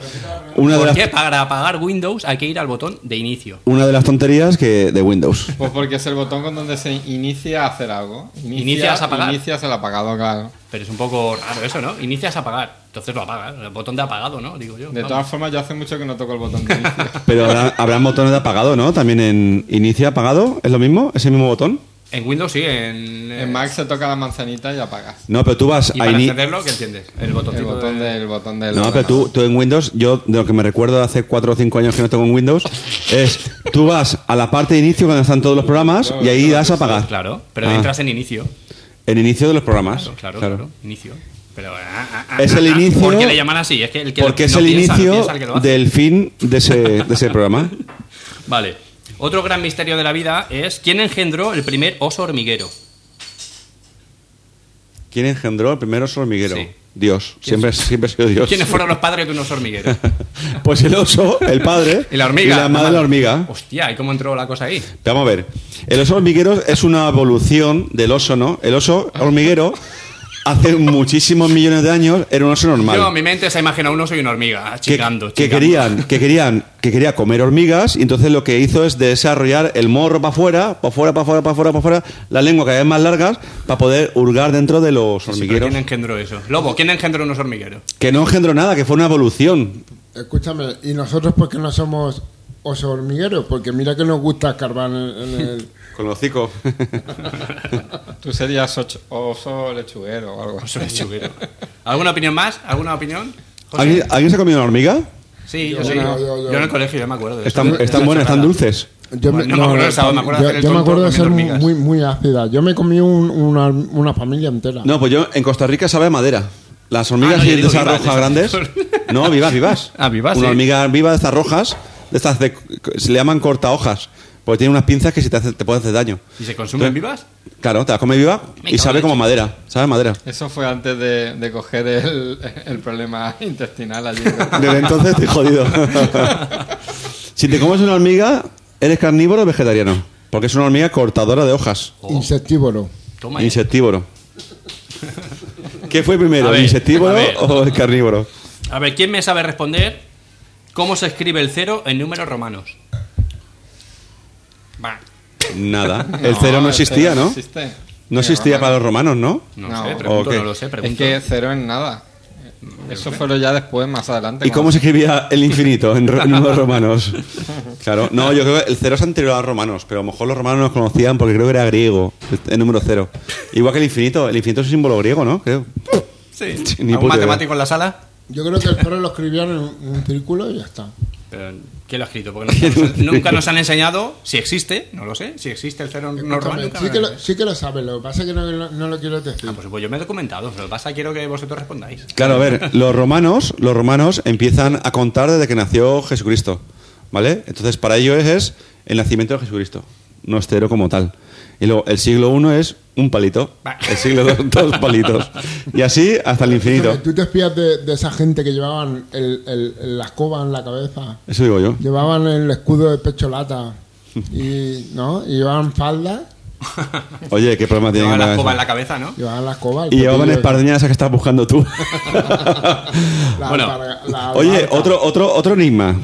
B: una de
D: ¿Por
B: las
D: qué para apagar Windows hay que ir al botón de inicio?
B: una de las tonterías que de Windows
A: Pues porque es el botón con donde se inicia a hacer algo.
D: Inicias a apagar.
A: Inicias el apagado, claro.
D: Pero es un poco raro eso, ¿no? Inicias a apagar, entonces lo apagas, el botón de apagado, ¿no? Digo yo.
A: De
D: vamos.
A: todas formas, yo hace mucho que no toco el botón de inicio.
B: pero habrá, habrán botones de apagado no también en inicia apagado es lo mismo ese mismo botón
D: En Windows sí, en, eh,
A: En Mac se toca la manzanita y apagas.
B: No, pero tú vas
D: Y
B: a
D: para
B: ini-
D: encenderlo, ¿qué entiendes? El
A: El
D: botoncito
A: botón
D: de-
A: del botón del.
B: No, pero tú,
A: ordenador.
B: tú en Windows, yo de lo que me recuerdo de hace 4 o 5 años que no tengo en Windows, es tú vas a la parte de inicio cuando están todos los programas y ahí das a apagar.
D: Claro, pero
B: Ah.
D: entras en inicio.
B: En inicio de los programas.
D: Claro, claro,
B: claro.
D: claro, Inicio. Pero, ah, ah, ah,
B: Es
D: ah,
B: el
D: ah,
B: inicio-
D: ¿Por qué le llaman así? Es que el que
B: Porque
D: no
B: es el
D: piensa, no
B: inicio
D: piensa el que lo hace.
B: del fin de ese, de ese programa.
D: Vale. Otro gran misterio de la vida es quién engendró el primer oso hormiguero.
B: ¿Quién engendró el primer oso hormiguero?
D: Sí.
B: Dios. Siempre, siempre ha sido Dios.
D: ¿Quiénes fueron los padres de un oso hormiguero?
B: Pues el oso, el padre
D: Y la hormiga.
B: y la madre de la hormiga.
D: Hostia, ¿y cómo entró la cosa ahí?
B: Vamos a ver. El oso hormiguero es una evolución del oso, ¿no? El oso hormiguero hace muchísimos millones de años era un oso normal.
D: Yo, en mi mente se ha imaginado un oso y una hormiga,
B: que,
D: chingando.
B: que
D: chingando.
B: querían, que querían, que quería comer hormigas y entonces lo que hizo es desarrollar el morro para afuera, para afuera, para afuera, para afuera, para afuera, la lengua cada vez más largas para poder hurgar dentro de los
D: Sí, pero
B: hormigueros.
D: ¿Quién engendró eso? Lobo, ¿quién engendró unos hormigueros?
B: Que no engendró nada, que fue una evolución.
C: Escúchame, ¿y nosotros por qué no somos oso hormigueros? Porque mira que nos gusta escarbar en, en el...
B: Con los hocico.
A: Tú serías ocho- oso lechuguero o algo así.
D: Oso lechuguero. ¿Alguna opinión más? ¿alguna opinión? José?
B: ¿Alguien, alguien se ha comido una hormiga?
D: Sí, yo,
C: Yo,
D: sí.
C: yo, yo, yo.
D: Yo en el colegio, yo me acuerdo de eso.
B: Están,
D: Esa
B: están buenas, están
D: chorrada.
B: dulces.
C: Yo
D: Bueno, no me acuerdo de sabor, me acuerdo de
C: yo-
D: hacer el
C: yo me
D: tonto
C: acuerdo de ser
D: comiendo hormigas.
C: muy, muy ácida. Yo me comí un- una, una familia entera.
B: No, pues yo en Costa Rica sabe a madera. Las
D: Ah,
B: hormigas
D: no, yo
B: de
D: digo
B: esas
D: vivas,
B: rojas
D: esas.
B: grandes. No, vivas, vivas.
D: Ah, vivas,
B: Una
D: sí.
B: hormiga viva de estas rojas, de estas de- se le llaman corta hojas, porque tiene unas pinzas que si te, hace- te pueden hacer daño.
D: ¿Y se consumen vivas?
B: Claro, te las comes viva
D: Me
B: y
D: cago
B: sabe
D: en
B: como
D: la
B: madera. Sabe a madera.
A: Eso fue antes de, de coger el, el problema intestinal allí.
B: Desde entonces estoy jodido. si te comes una hormiga, ¿eres carnívoro o vegetariano? Porque es una hormiga cortadora de hojas.
C: Insectívoro.
D: Toma. ya.
B: Insectívoro. ¿Qué fue primero,
D: A
B: el
D: ver,
B: insectívoro
D: a ver.
B: o el carnívoro?
D: A ver, ¿quién me sabe responder cómo se escribe el cero en números romanos? Va.
B: Nada. El cero no existía, ¿no?
A: existe.
B: No existía para los romanos, ¿no?
D: No,
A: No.
D: sé, pregunto,
B: Ok.
D: no lo sé,
A: Es
D: pregunto.
A: que cero en nada. Eso fue ya después, más adelante.
B: ¿Y cómo se escribía el infinito en, ro- en los romanos? Claro, no, yo creo que el cero es anterior a los romanos, pero a lo mejor los romanos no lo conocían porque creo que era griego, el, el número cero. Igual que el infinito, el infinito es un símbolo griego, ¿no? Creo.
D: Sí.
B: Sí, ni
D: ¿Algún
B: puta idea.
D: matemático en la sala?
C: Yo creo que el perro lo escribieron en un círculo y ya está.
D: Pero, ¿Quién lo ha escrito? Porque nunca nos, han- nunca nos han enseñado si existe, no lo sé, si existe el cero en números
C: Escúchame,
D: romanos. nunca
C: sí,
D: me
C: que
D: lo
C: lo,
B: ¿eh?
D: han-
C: sí que lo sabes, lo que pasa es que no, no- no lo quiero decir.
D: Ah,
B: pues,
D: por supuesto, yo me he documentado, pero lo que pasa es que quiero que vosotros respondáis.
B: Claro, a ver, los romanos, los romanos empiezan a contar desde que nació Jesucristo, ¿vale? Entonces, para ellos es, es el nacimiento de Jesucristo, no es cero como tal. Y luego, el siglo I es un palito,
D: Va.
B: el siglo II dos palitos, y así hasta el infinito.
C: Escúchame, ¿Tú te espías de, de esa gente que llevaban el- el- el- la escoba en la cabeza?
B: Eso digo yo.
C: Llevaban el escudo de pecho lata. Y, ¿no? y llevaban falda,
B: Oye, ¿qué problema tienen con
D: Llevan la
B: la
D: escoba en
B: cabeza?
D: la cabeza, ¿no?
C: llevaban la escoba. el
B: Y llevaban
C: cuchillo,
B: espardeñas esas que estás buscando tú.
C: la
D: Bueno.
C: albarga- la
B: Oye,
C: albarca,
B: otro, otro, otro enigma.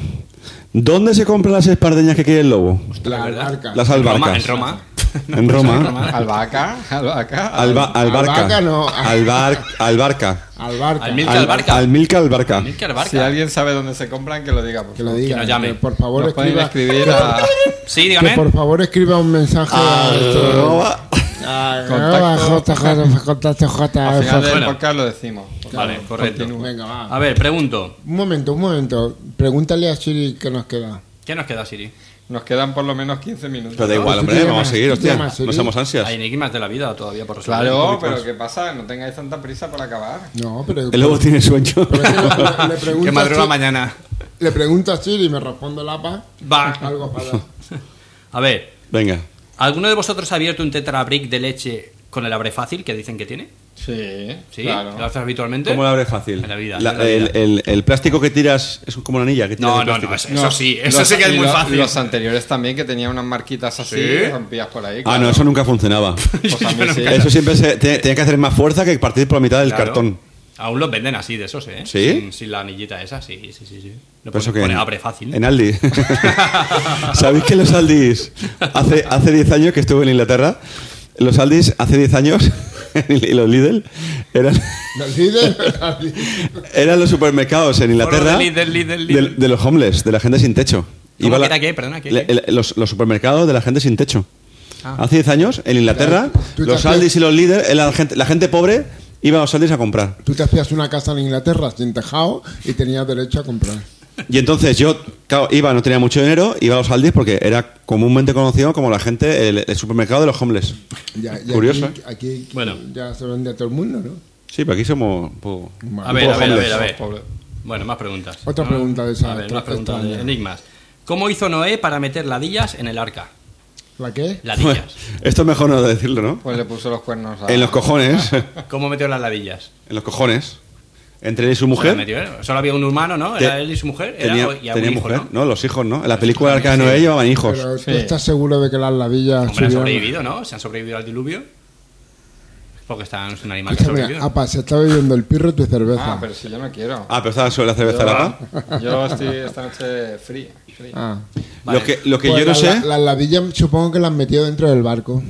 B: ¿Dónde se compran las espardeñas que quiere el lobo?
C: La
D: ¿Verdad?
C: albarca.
B: Las
D: En Roma.
B: albarcas.
D: En Roma.
B: En
D: pues,
B: Roma.
A: Albahaca, albahaca.
B: Alba- albarca.
C: Albahaca no.
B: Albar- albarca.
C: Albarca.
D: Al mil- Milka
B: Al-
D: albarca.
B: Al Milka albarca.
D: Mil que albarca.
A: Si alguien sabe dónde se compran, que lo diga. Por
C: Que lo
A: favor.
C: diga.
D: Que nos llame.
C: que por favor,
A: Nos pueden
C: escriba,
A: escribir a
D: Sí,
C: que
D: dígame.
C: por favor escriba un mensaje
B: Ah,
C: a esto.
B: Arroba.
D: Ah,
C: A-
A: Contacto.
C: JJ, contacto JF.
A: al final del
D: Bueno.
A: podcast lo decimos.
D: Vale, correcto.
A: Continúa.
C: Venga, va.
D: A ver, pregunto.
C: Un momento, un momento. Pregúntale a Siri qué nos queda.
D: ¿Qué nos queda, Siri?
A: Nos quedan por lo menos 15 minutos.
B: Pero da igual,
C: Pues
B: hombre,
C: tú te
B: vamos a
C: llamas-
B: seguir,
C: tú te
B: hostia.
C: llamas
B: No
C: Siri.
B: somos ansias.
D: Hay enigmas de la vida todavía por resolver.
A: Claro,
D: pues.
A: pero ¿qué pasa? No tengáis tanta prisa por acabar.
C: No, pero.
B: El lobo tiene sueño.
C: pero es que le- le- le pregunto
D: Que
C: a
D: madruga
C: Siri-
D: mañana.
C: Le pregunto a Siri y me respondo la pa.
D: Va.
C: Algo para.
D: A ver,
B: Venga.
D: ¿alguno de vosotros ha abierto un tetrabrick de leche con el abre fácil que dicen que tiene?
A: Sí,
D: ¿Sí? ¿Lo
A: claro.
D: haces habitualmente?
B: ¿Cómo lo abres fácil?
D: En la vida.
B: La-
D: en la vida.
B: el, el- el plástico que tiras es como una anilla. Que tiras
D: No,
B: de
D: no,
B: plástico.
D: no, eso, eso
A: No,
D: sí, eso
A: los-
D: sí que es
A: y
D: muy
A: lo-
D: fácil.
A: Los anteriores también que tenían unas marquitas así,
D: ¿Sí?
A: que rompías por ahí.
B: Ah,
A: claro.
B: no, eso nunca funcionaba.
A: Pues a mí sí.
B: Eso siempre se, te- tenía que hacer más fuerza que partir por la mitad del
D: Claro.
B: cartón.
D: Aún los venden así, de esos, ¿eh?
B: ¿Sí?
D: Sin, sin la anillita esa, sí, sí, sí. sí.
B: Pero
D: Lo pone,
B: eso que
D: pone
B: en-
D: abre fácil.
B: En Aldi. ¿Sabéis que los Aldis, hace, hace 10 años que estuve en Inglaterra, los Aldis hace 10 años, y los Lidl, eran,
C: ¿Nos dices?
B: eran los supermercados en Inglaterra
D: Foro de Lidl, Lidl, Lidl.
B: del- De, los homeless, de la gente sin techo.
D: ¿Cómo
B: Iba
D: que
B: la-
D: era qué? Ah. Perdona, ¿qué,
B: le-
D: qué?
B: el- los, los supermercados de la gente sin techo. Hace 10 años, en Inglaterra,
C: Claro, tú te
B: los
C: hacías-
B: Aldis y los líderes, la gente, la gente pobre iba a los Aldis a comprar.
C: Tú te hacías una casa en Inglaterra sin tejado y tenías derecho a comprar.
B: Y entonces yo claro, iba, no tenía mucho dinero, iba a los Aldis porque era comúnmente conocido como la gente, el, el supermercado de los homeless.
C: Ya, ya
B: Curioso,
C: Aquí,
B: ¿eh?
C: aquí
D: Bueno.
C: ya se vende a todo el mundo, ¿no?
B: Sí, pero aquí somos un poco-
D: A ver, a ver, a ver, a ver.
A: Pobre.
D: Bueno, más preguntas.
C: Otra pregunta de esa
D: A ver,
C: otra
D: más preguntas de
C: extraña.
D: enigmas. ¿Cómo hizo Noé para meter ladillas en el arca?
C: ¿La qué?
B: Bueno,
D: Ladillas.
B: esto es mejor no decirlo, ¿no?
A: Pues le puso los cuernos
D: Ah.
A: a...
B: En los cojones, en
D: ¿Cómo metió las ladillas?
B: los cojones, entre él y su
D: Se las
B: mujer.
D: metió, ¿eh? Solo había un humano, ¿no? Era
B: Te-
D: él y su mujer. Era,
B: Tenía,
D: y a un
B: tenía
D: hijo,
B: mujer,
D: ¿no?
B: ¿no? Los hijos, ¿no? En la película Arca de Noé llevaban hijos.
C: Pero tú
A: Sí.
C: estás seguro de que las lavillas
D: Hombre, han
C: subieron-
D: sobrevivido, ¿no? Se han sobrevivido al diluvio. Porque están, es un animal que ha
C: Escúchame,
D: sobrevivido.
C: apa, se está bebiendo el pirro tu cerveza.
A: Ah, pero si yo no quiero.
B: Ah, pero estaba sobre la cerveza de la paz.
D: Ah.
A: Yo estoy esta noche free. free.
C: Ah.
D: Vale.
B: Lo que, lo que
C: Pues
B: yo no
C: las-
B: sé.
C: Las lavillas supongo que las metió dentro del barco.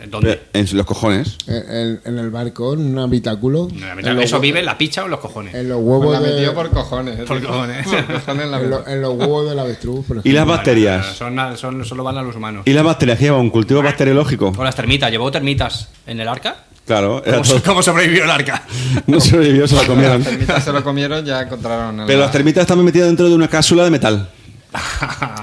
D: Eh, ¿Dónde?
B: En los cojones.
C: En, en- en el barco, en un habitáculo.
D: No, la
C: en
D: mitad-
C: los
D: Eso
C: hue-
D: vive en la picha o en los cojones.
C: En los
A: Pues
C: huevos
A: la metió
C: de...
A: por cojones. eh,
D: Por
A: tío.
D: cojones.
A: Por cojones la
C: En,
A: metió.
C: lo- en los huevos del avestruz, por
B: Y
C: ejemplo.
B: las
D: Vale,
B: bacterias.
D: no, no, son, son- solo van a los humanos.
B: Y las bacterias que llevaban un cultivo bacteriológico.
D: O las termitas. ¿Llevó termitas en el arca?
B: Claro, era
D: ¿Cómo,
B: todo-
D: cómo sobrevivió el arca?
B: no sobrevivió, se la comieron.
A: Las termitas se lo comieron, ya encontraron. el-
B: Pero las termitas estaban metidas dentro de una cápsula de metal.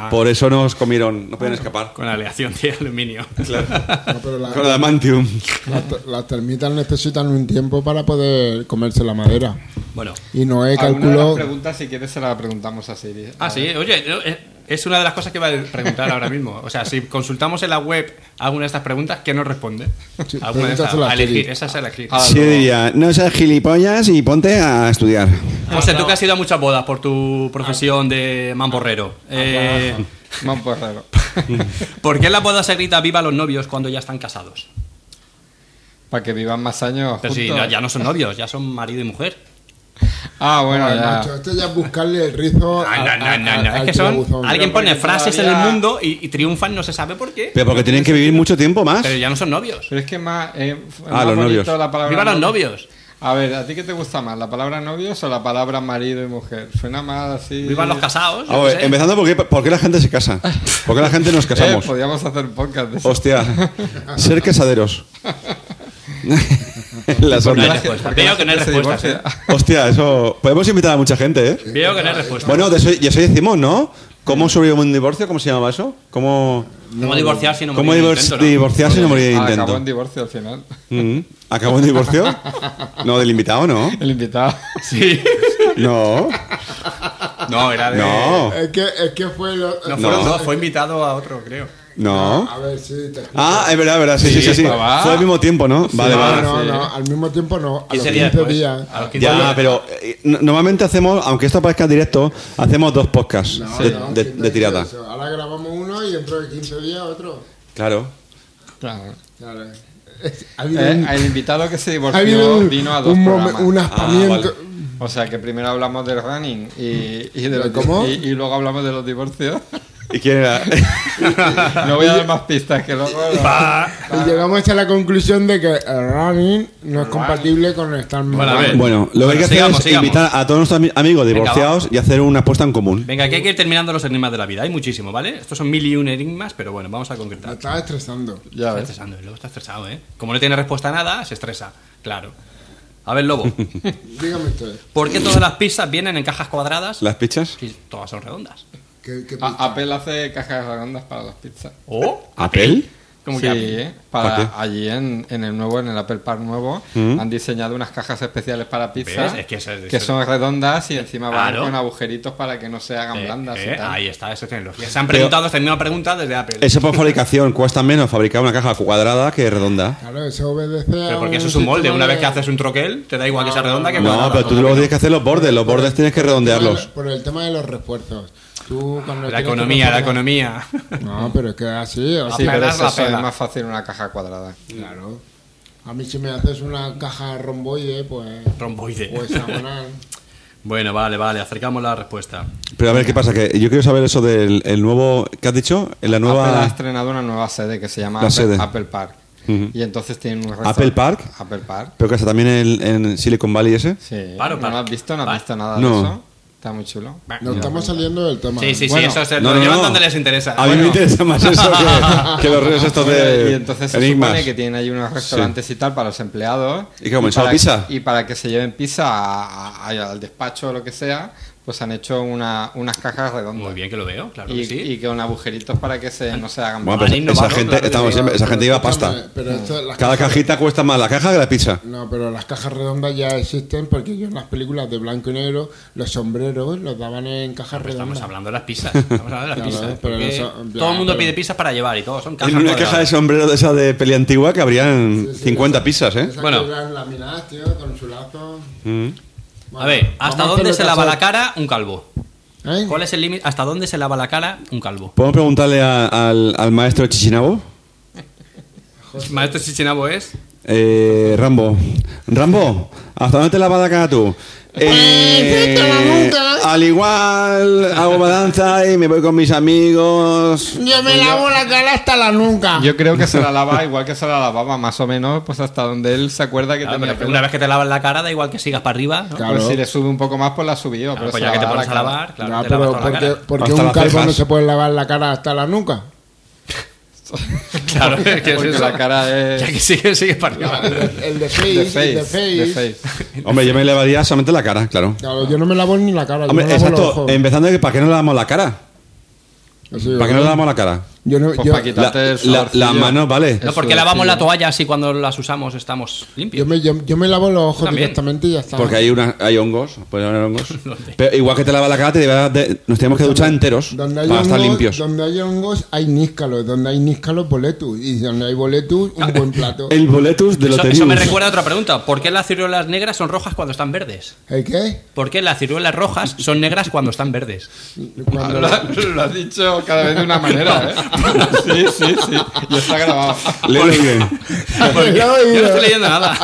B: Por eso nos comieron, no podían escapar.
D: Con la aleación de aluminio.
C: No, pero la-
B: Con la adamantium.
C: las ter- las termitas necesitan un tiempo para poder comerse la madera.
D: Bueno.
C: Y
A: Alguna de
C: Noé
A: las
C: calculó...
A: preguntas, si quieres, se la preguntamos a Siri.
D: Ah, sí. Oye, no, eh, es una de las cosas que va a preguntar ahora mismo. O sea, si consultamos en la web alguna de estas preguntas, ¿qué nos responde?
C: Sí,
D: Alguna de estas.
C: pregúntasela a
D: A elegir.
C: Siri.
D: Esa es a elegir.
A: Ah,
B: Sí,
A: luego.
B: diría, no seas gilipollas y ponte a estudiar.
D: José, tú que has ido a muchas bodas por tu profesión de mamporrero.
B: Ah,
D: Eh,
A: Más por raro.
D: ¿Por qué en las bodas se grita viva los novios cuando ya están casados?
A: Para que vivan más años.
D: Pero si
A: juntos.
D: no- ya no son novios, ya son marido y mujer.
A: Ah, bueno,
C: Ay,
A: ya.
C: macho, esto ya es buscarle el rizo
D: Ah,
C: a-
D: no, no,
C: a-
D: no,
C: a-
D: no,
C: al
D: Es que son.
C: tirabuzón.
D: Alguien
A: porque
D: pone frases en el
A: todavía-
D: mundo y, y triunfan, no se sabe por qué.
B: Pero porque tienen que vivir mucho tiempo más.
D: Pero ya no son novios.
A: Pero es que más. Eh, f-
B: Ah,
A: más
B: los
A: bonito
B: novios.
A: La palabra
D: Viva los
A: novio.
D: novios.
A: A ver, ¿a ti qué te gusta más? ¿La palabra novios o la palabra marido y mujer? Suena más así.
D: Viva los casados. yo
B: A
D: qué
B: ver,
D: sé.
B: empezando, ¿por qué, por qué la gente se casa? ¿Por qué la gente nos
A: Eh,
B: casamos?
D: pues-
A: podríamos hacer podcast de eso.
B: Hostia, ser casaderos. Las
D: No hay
B: ondas.
D: respuesta.
A: Porque la
D: pues, Veo que no hay
A: gente se
D: respuestas. ¿eh?
A: divorcia.
B: Hostia, eso. Podemos invitar a mucha gente, ¿eh?
D: Veo que no hay respuestas.
B: Bueno, de eso, y eso ya decimos, ¿no? ¿Cómo sobrevivir un divorcio? ¿Cómo se llamaba eso? ¿Cómo,
D: ¿Cómo divorciarse y Mm. no
B: cómo
D: morir en
B: divor-
D: el intento, no?
B: divorciarse y no morir de
A: Ah,
B: intento?
A: Acabó en divorcio al final.
B: Mm, ¿Acabó en divorcio? No, del invitado, ¿no?
A: El invitado.
D: Sí.
B: No,
D: No, era de.
B: no,
C: Es que, es que fue... Lo,
D: No
B: No.
D: fueron dos, fue invitado a otro, creo.
B: no.
C: A ver, sí, te escucho.
B: Ah, es verdad, es verdad, sí, sí, sí. sí.
A: estaba.
B: Fue al mismo tiempo, ¿no?
D: Ah,
B: Vale,
C: no,
B: vale.
C: no,
A: sí.
C: no, al mismo tiempo no. A los
D: 15
C: 15
D: días
C: días.
D: después. A los 15
B: Ya, pero eh, no- normalmente hacemos, aunque esto parezca directo, hacemos dos podcasts
C: No,
B: de,
C: no,
B: de-
C: ¿quién
B: de
C: dice
B: tirada.
C: eso? Ahora grabamos uno y dentro de 15 días otro.
B: Claro.
A: Claro.
C: Claro. Ha habido
A: Eh,
C: un-
A: el invitado que se
C: ha habido
A: divorció
C: un-
A: vino a dos
C: un, momen-
A: programas.
C: un
B: vale.
C: aspamiento.
A: O sea que primero hablamos del running y, y de
C: ¿De
A: los-
C: cómo?
A: Y, y luego hablamos de los divorcios.
B: ¿Y quién era?
A: No voy a dar más pistas que luego.
C: Y llegamos a la conclusión de que el running no es compatible con estar
D: Bueno, a ver.
B: Bueno, lo que hay que
D: Bueno,
B: hacer
D: sigamos,
B: es
D: sigamos.
B: invitar a todos nuestros ami- amigos
D: Venga,
B: divorciados y hacer una apuesta en común.
D: Venga, que hay que ir terminando los enigmas de la vida. Hay muchísimo, ¿vale? Estos son mil y un enigmas, pero bueno, vamos a
C: Me
D: concretar.
C: estaba estresando.
A: Ya
D: Está
A: ves.
D: estresando, el lobo está estresado, ¿eh? Como no tiene respuesta a nada, se estresa, claro. A ver, lobo,
C: Dígame usted.
D: ¿por qué todas las pizzas vienen en cajas cuadradas
B: ¿Las pichas?
D: si todas son redondas?
C: ¿Qué, qué
A: A- Apple hace cajas redondas para las pizzas.
D: ¿O?
B: ¿Apel?
D: Como
A: sí,
D: que
A: ¿eh? para
B: ¿Para qué?
A: allí en, en el nuevo, en el Apple Park nuevo, han diseñado unas cajas especiales para pizzas
D: ¿Mm? ¿Ves? Es que eso es- eso-
A: son redondas y encima van
D: Claro.
A: con agujeritos para que no se hagan
D: Eh,
A: blandas.
D: eh,
A: y tal.
D: ahí está, eso es tecnología. Se han preguntado esta misma pregunta desde Apple.
B: Eso por fabricación. Cuesta menos fabricar una caja cuadrada que redonda.
C: Claro, eso obedece a.
D: Pero porque eso es un molde.
C: sistema
D: Una vez
C: de-
D: que haces un troquel, te da igual que sea redonda Ah, que
B: No,
D: cuadrada.
B: pero tú
D: ¿cómo
B: luego
D: que no?
B: tienes que hacer los bordes. Los bordes tienes que redondearlos.
C: Por el tema de los refuerzos. Tú, cuando
D: La
C: tienes que
D: economía, la
C: reforzar-
D: economía.
C: No, pero es que así. o
A: Sí,
C: sea,
A: Ah, pero
D: Aplanar
A: eso
D: la
A: eso es
D: pela.
A: más fácil en una caja cuadrada.
C: Claro. A mí si me haces una caja romboide, pues.
D: Romboide.
C: Pues hexagonal.
D: Bueno, vale, vale, acercamos la respuesta.
B: Pero a ver, ¿qué pasa? Que yo quiero saber eso del el nuevo... ¿Qué has dicho? En la
A: Apple ha
B: nueva...
A: estrenado una nueva sede que se llama
B: La
A: Apple,
B: sede.
A: Apple Park. Y entonces tienen un
B: ¿Apple
A: restaurante-
B: Park?
A: Apple Park.
B: Pero que hasta también en, en Silicon Valley ese.
A: Sí.
D: Paro
A: ¿No
D: Park.
A: lo has visto? ¿No has
D: Pa-
A: visto nada
B: No.
A: de eso? Está muy chulo.
C: Nos estamos saliendo del tema.
D: Sí, sí,
A: Bueno,
D: sí, eso se lo llevan donde les interesa.
B: A mí me
A: Bueno.
B: interesa más eso que, que los ríos estos de
A: y entonces se
B: enigmas.
A: supone que tienen ahí unos restaurantes y tal para los empleados.
B: ¿Y qué, como en Sao
A: para-
B: Pisa?
A: Y para que se lleven pizza a- a- al despacho o lo que sea, pues han hecho una- unas cajas redondas.
D: Muy bien que lo veo, claro
A: Y,
D: que sí.
A: y con agujeritos para que se, no se hagan
B: Bueno,
A: bolas.
B: pues- pero
D: Han innovado,
B: esa gente,
D: claro que
B: estamos
D: sí.
B: siempre- esa gente lleva
C: Escúchame,
B: pasta.
C: Pero esto, las
B: Cada
C: cajas-
B: cajita cuesta más la caja que la pizza.
C: No, pero las cajas redondas ya existen porque yo en las películas de blanco y negro los sombreros los daban en cajas
D: Pero
C: redondas.
D: Estamos hablando de las pizzas. Estamos hablando de las
C: Claro,
D: pizzas.
C: eh, pero
D: porque
C: eso, en plan,
D: todo el mundo
C: pero-
D: pide pizzas para llevar y todo. Son cajas
B: En una
D: cuadradas.
B: caja de sombrero de esa de peli antigua que habrían
C: Sí, sí,
B: 50
C: esas-
B: pizzas, ¿eh?
C: esas
D: Bueno.
C: que eran laminadas, tío, con su lazo.
B: Mm.
C: Bueno,
D: A ver, ¿hasta
C: vamos a
D: dónde
C: hacerle
D: se lava
C: caso-
D: la cara un calvo?
C: ¿Eh?
D: ¿Cuál es el límite? ¿Hasta dónde se lava la cara un calvo?
B: ¿Podemos preguntarle a- al, al maestro Chichinabo?
D: Maestro Chichinabo es.
B: Eh, Rambo. Rambo, ¿hasta dónde te lavas la cara tú? Eh, al igual hago balanza y me voy con mis amigos.
C: Yo me lavo la cara hasta la nuca.
A: Yo creo que se la lava igual que se la lavaba, más o menos, pues hasta donde él se acuerda que
D: Claro,
A: tenía
D: pero
A: pelo.
D: una vez que te lavas la cara, da igual que sigas para arriba. ¿no?
C: Claro.
A: Pues si le sube un poco más, pues la subió.
D: Claro,
A: pero
D: pues
A: se
D: ya que te
A: lavaba
D: pones a
A: la cara.
D: lavar, claro,
C: Ya,
D: te
C: pero
D: lavas toda la
C: porque,
D: cara.
C: porque
B: Hasta
C: un
B: las
C: calvo
B: cejas.
C: no se puede lavar la cara hasta la nuca.
D: Claro, es que es
A: Porque
D: eso.
A: la cara es
D: Ya que sigues, sigues para arriba.
C: El, el de face,
A: de
C: el
A: face.
C: de face.
A: de face.
B: Hombre, yo me lavaría solamente la cara, claro.
C: Claro, yo no me lavo ni la cara. yo
B: Hombre,
C: me lavo los
B: exacto,
C: ojos.
B: empezando que ¿para qué no le damos la cara?
C: Así,
B: ¿Para qué no le damos la cara?
C: Yo no,
A: Pues
C: yo-
A: pa' quitar.
B: La,
A: Quítate el
B: la-
A: saborcillo.
B: las manos, vale.
D: No, porque
A: Eso,
D: lavamos
A: sí.
D: la toalla así cuando las usamos estamos
C: yo
D: limpios.
C: me, yo- yo me lavo los ojos
D: También.
C: directamente y ya está.
B: Porque hay, una, hay hongos, pueden haber hongos. Pero igual que te lava la cara, te debas de- nos tenemos que duchar enteros
C: Donde
B: para
C: hay,
B: estar
C: hongos,
B: limpios.
C: donde hay hongos hay níscalos, donde hay níscalos boletus y donde hay boletus un buen plato.
B: El boletus de
D: Eso,
B: lotería.
D: eso me recuerda a otra pregunta. ¿Por qué las ciruelas negras son rojas cuando están verdes?
C: ¿El qué?
D: ¿Por qué las ciruelas rojas son negras cuando están verdes?
C: Cuando-
A: Lo, lo has dicho cada vez de una manera, ¿eh? Sí, sí, sí. Y está grabado.
B: Léelo bien.
D: Porque
C: Ya lo he
D: yo no
C: oído.
D: estoy leyendo nada.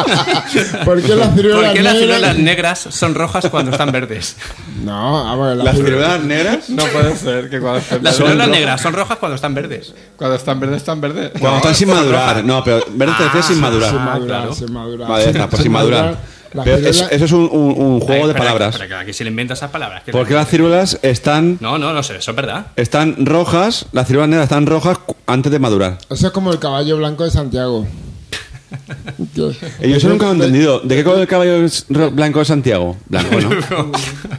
C: ¿Por qué las ciruelas
D: ¿Por qué las ciruelas
C: negras?
D: negras son rojas cuando están verdes?
C: No, a ver, las
B: Las
C: ciruelas-
B: ciruelas negras.
A: No puede ser que cuando están
D: Las
A: verdes,
D: ciruelas negras son rojas cuando están verdes.
A: cuando están verdes, están verdes.
B: Cuando están sin madurar. No, pero verde te
D: Ah,
B: decía sin
C: sin
B: madurar.
C: madurar,
D: claro.
C: sin madurar.
B: Vale, ya está, pues sin madurar.
C: Las
B: Pero es-
C: ciruelas-
B: eso es un, un- un juego
D: Ay,
B: de
D: espera,
B: palabras.
D: espera, que aquí se le inventa esas palabras. que-
B: Porque las ciruelas están,
D: No, no, no sé, eso es verdad.
B: están rojas, las ciruelas negras están rojas cu- antes de madurar.
C: Eso es como el caballo blanco de Santiago.
B: Y yo eso nunca lo he entendido. ¿De qué color el caballo es ro- blanco de Santiago? Blanco, ¿no?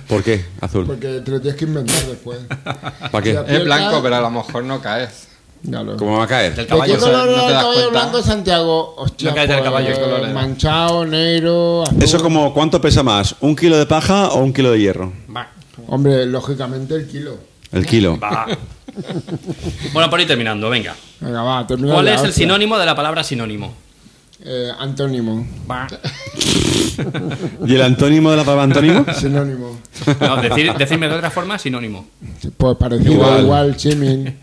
B: ¿Por qué? Azul.
C: Porque te lo tienes que inventar después.
D: Pues
B: ¿Para qué?
A: Es blanco, pero a lo mejor no caes.
C: Claro.
B: ¿Cómo va a caer?
C: ¿De
D: Del
C: qué
D: caballo.
A: o sea,
C: color
A: no te
C: era el
A: das
C: caballo
A: cuenta.
C: blanco de Santiago? Hostia,
D: No caes del caballo,
C: pues,
A: ¿qué color era?
C: manchado, negro, azul.
B: Eso es como cuánto pesa más, un kilo de paja o un kilo de hierro.
D: Va,
C: Hombre, lógicamente el kilo.
B: El kilo.
D: va. Bueno, por ahí terminando, venga.
C: Venga, va, termina
D: ¿Cuál
C: ya,
D: es el
C: hostia.
D: sinónimo de la palabra sinónimo?
C: Eh, antónimo.
D: Va.
B: ¿Y el antónimo de la palabra antónimo?
C: Sinónimo.
D: No, decir, decirme de otra forma, sinónimo.
C: Pues parecido
B: Igual.
C: igual, símil.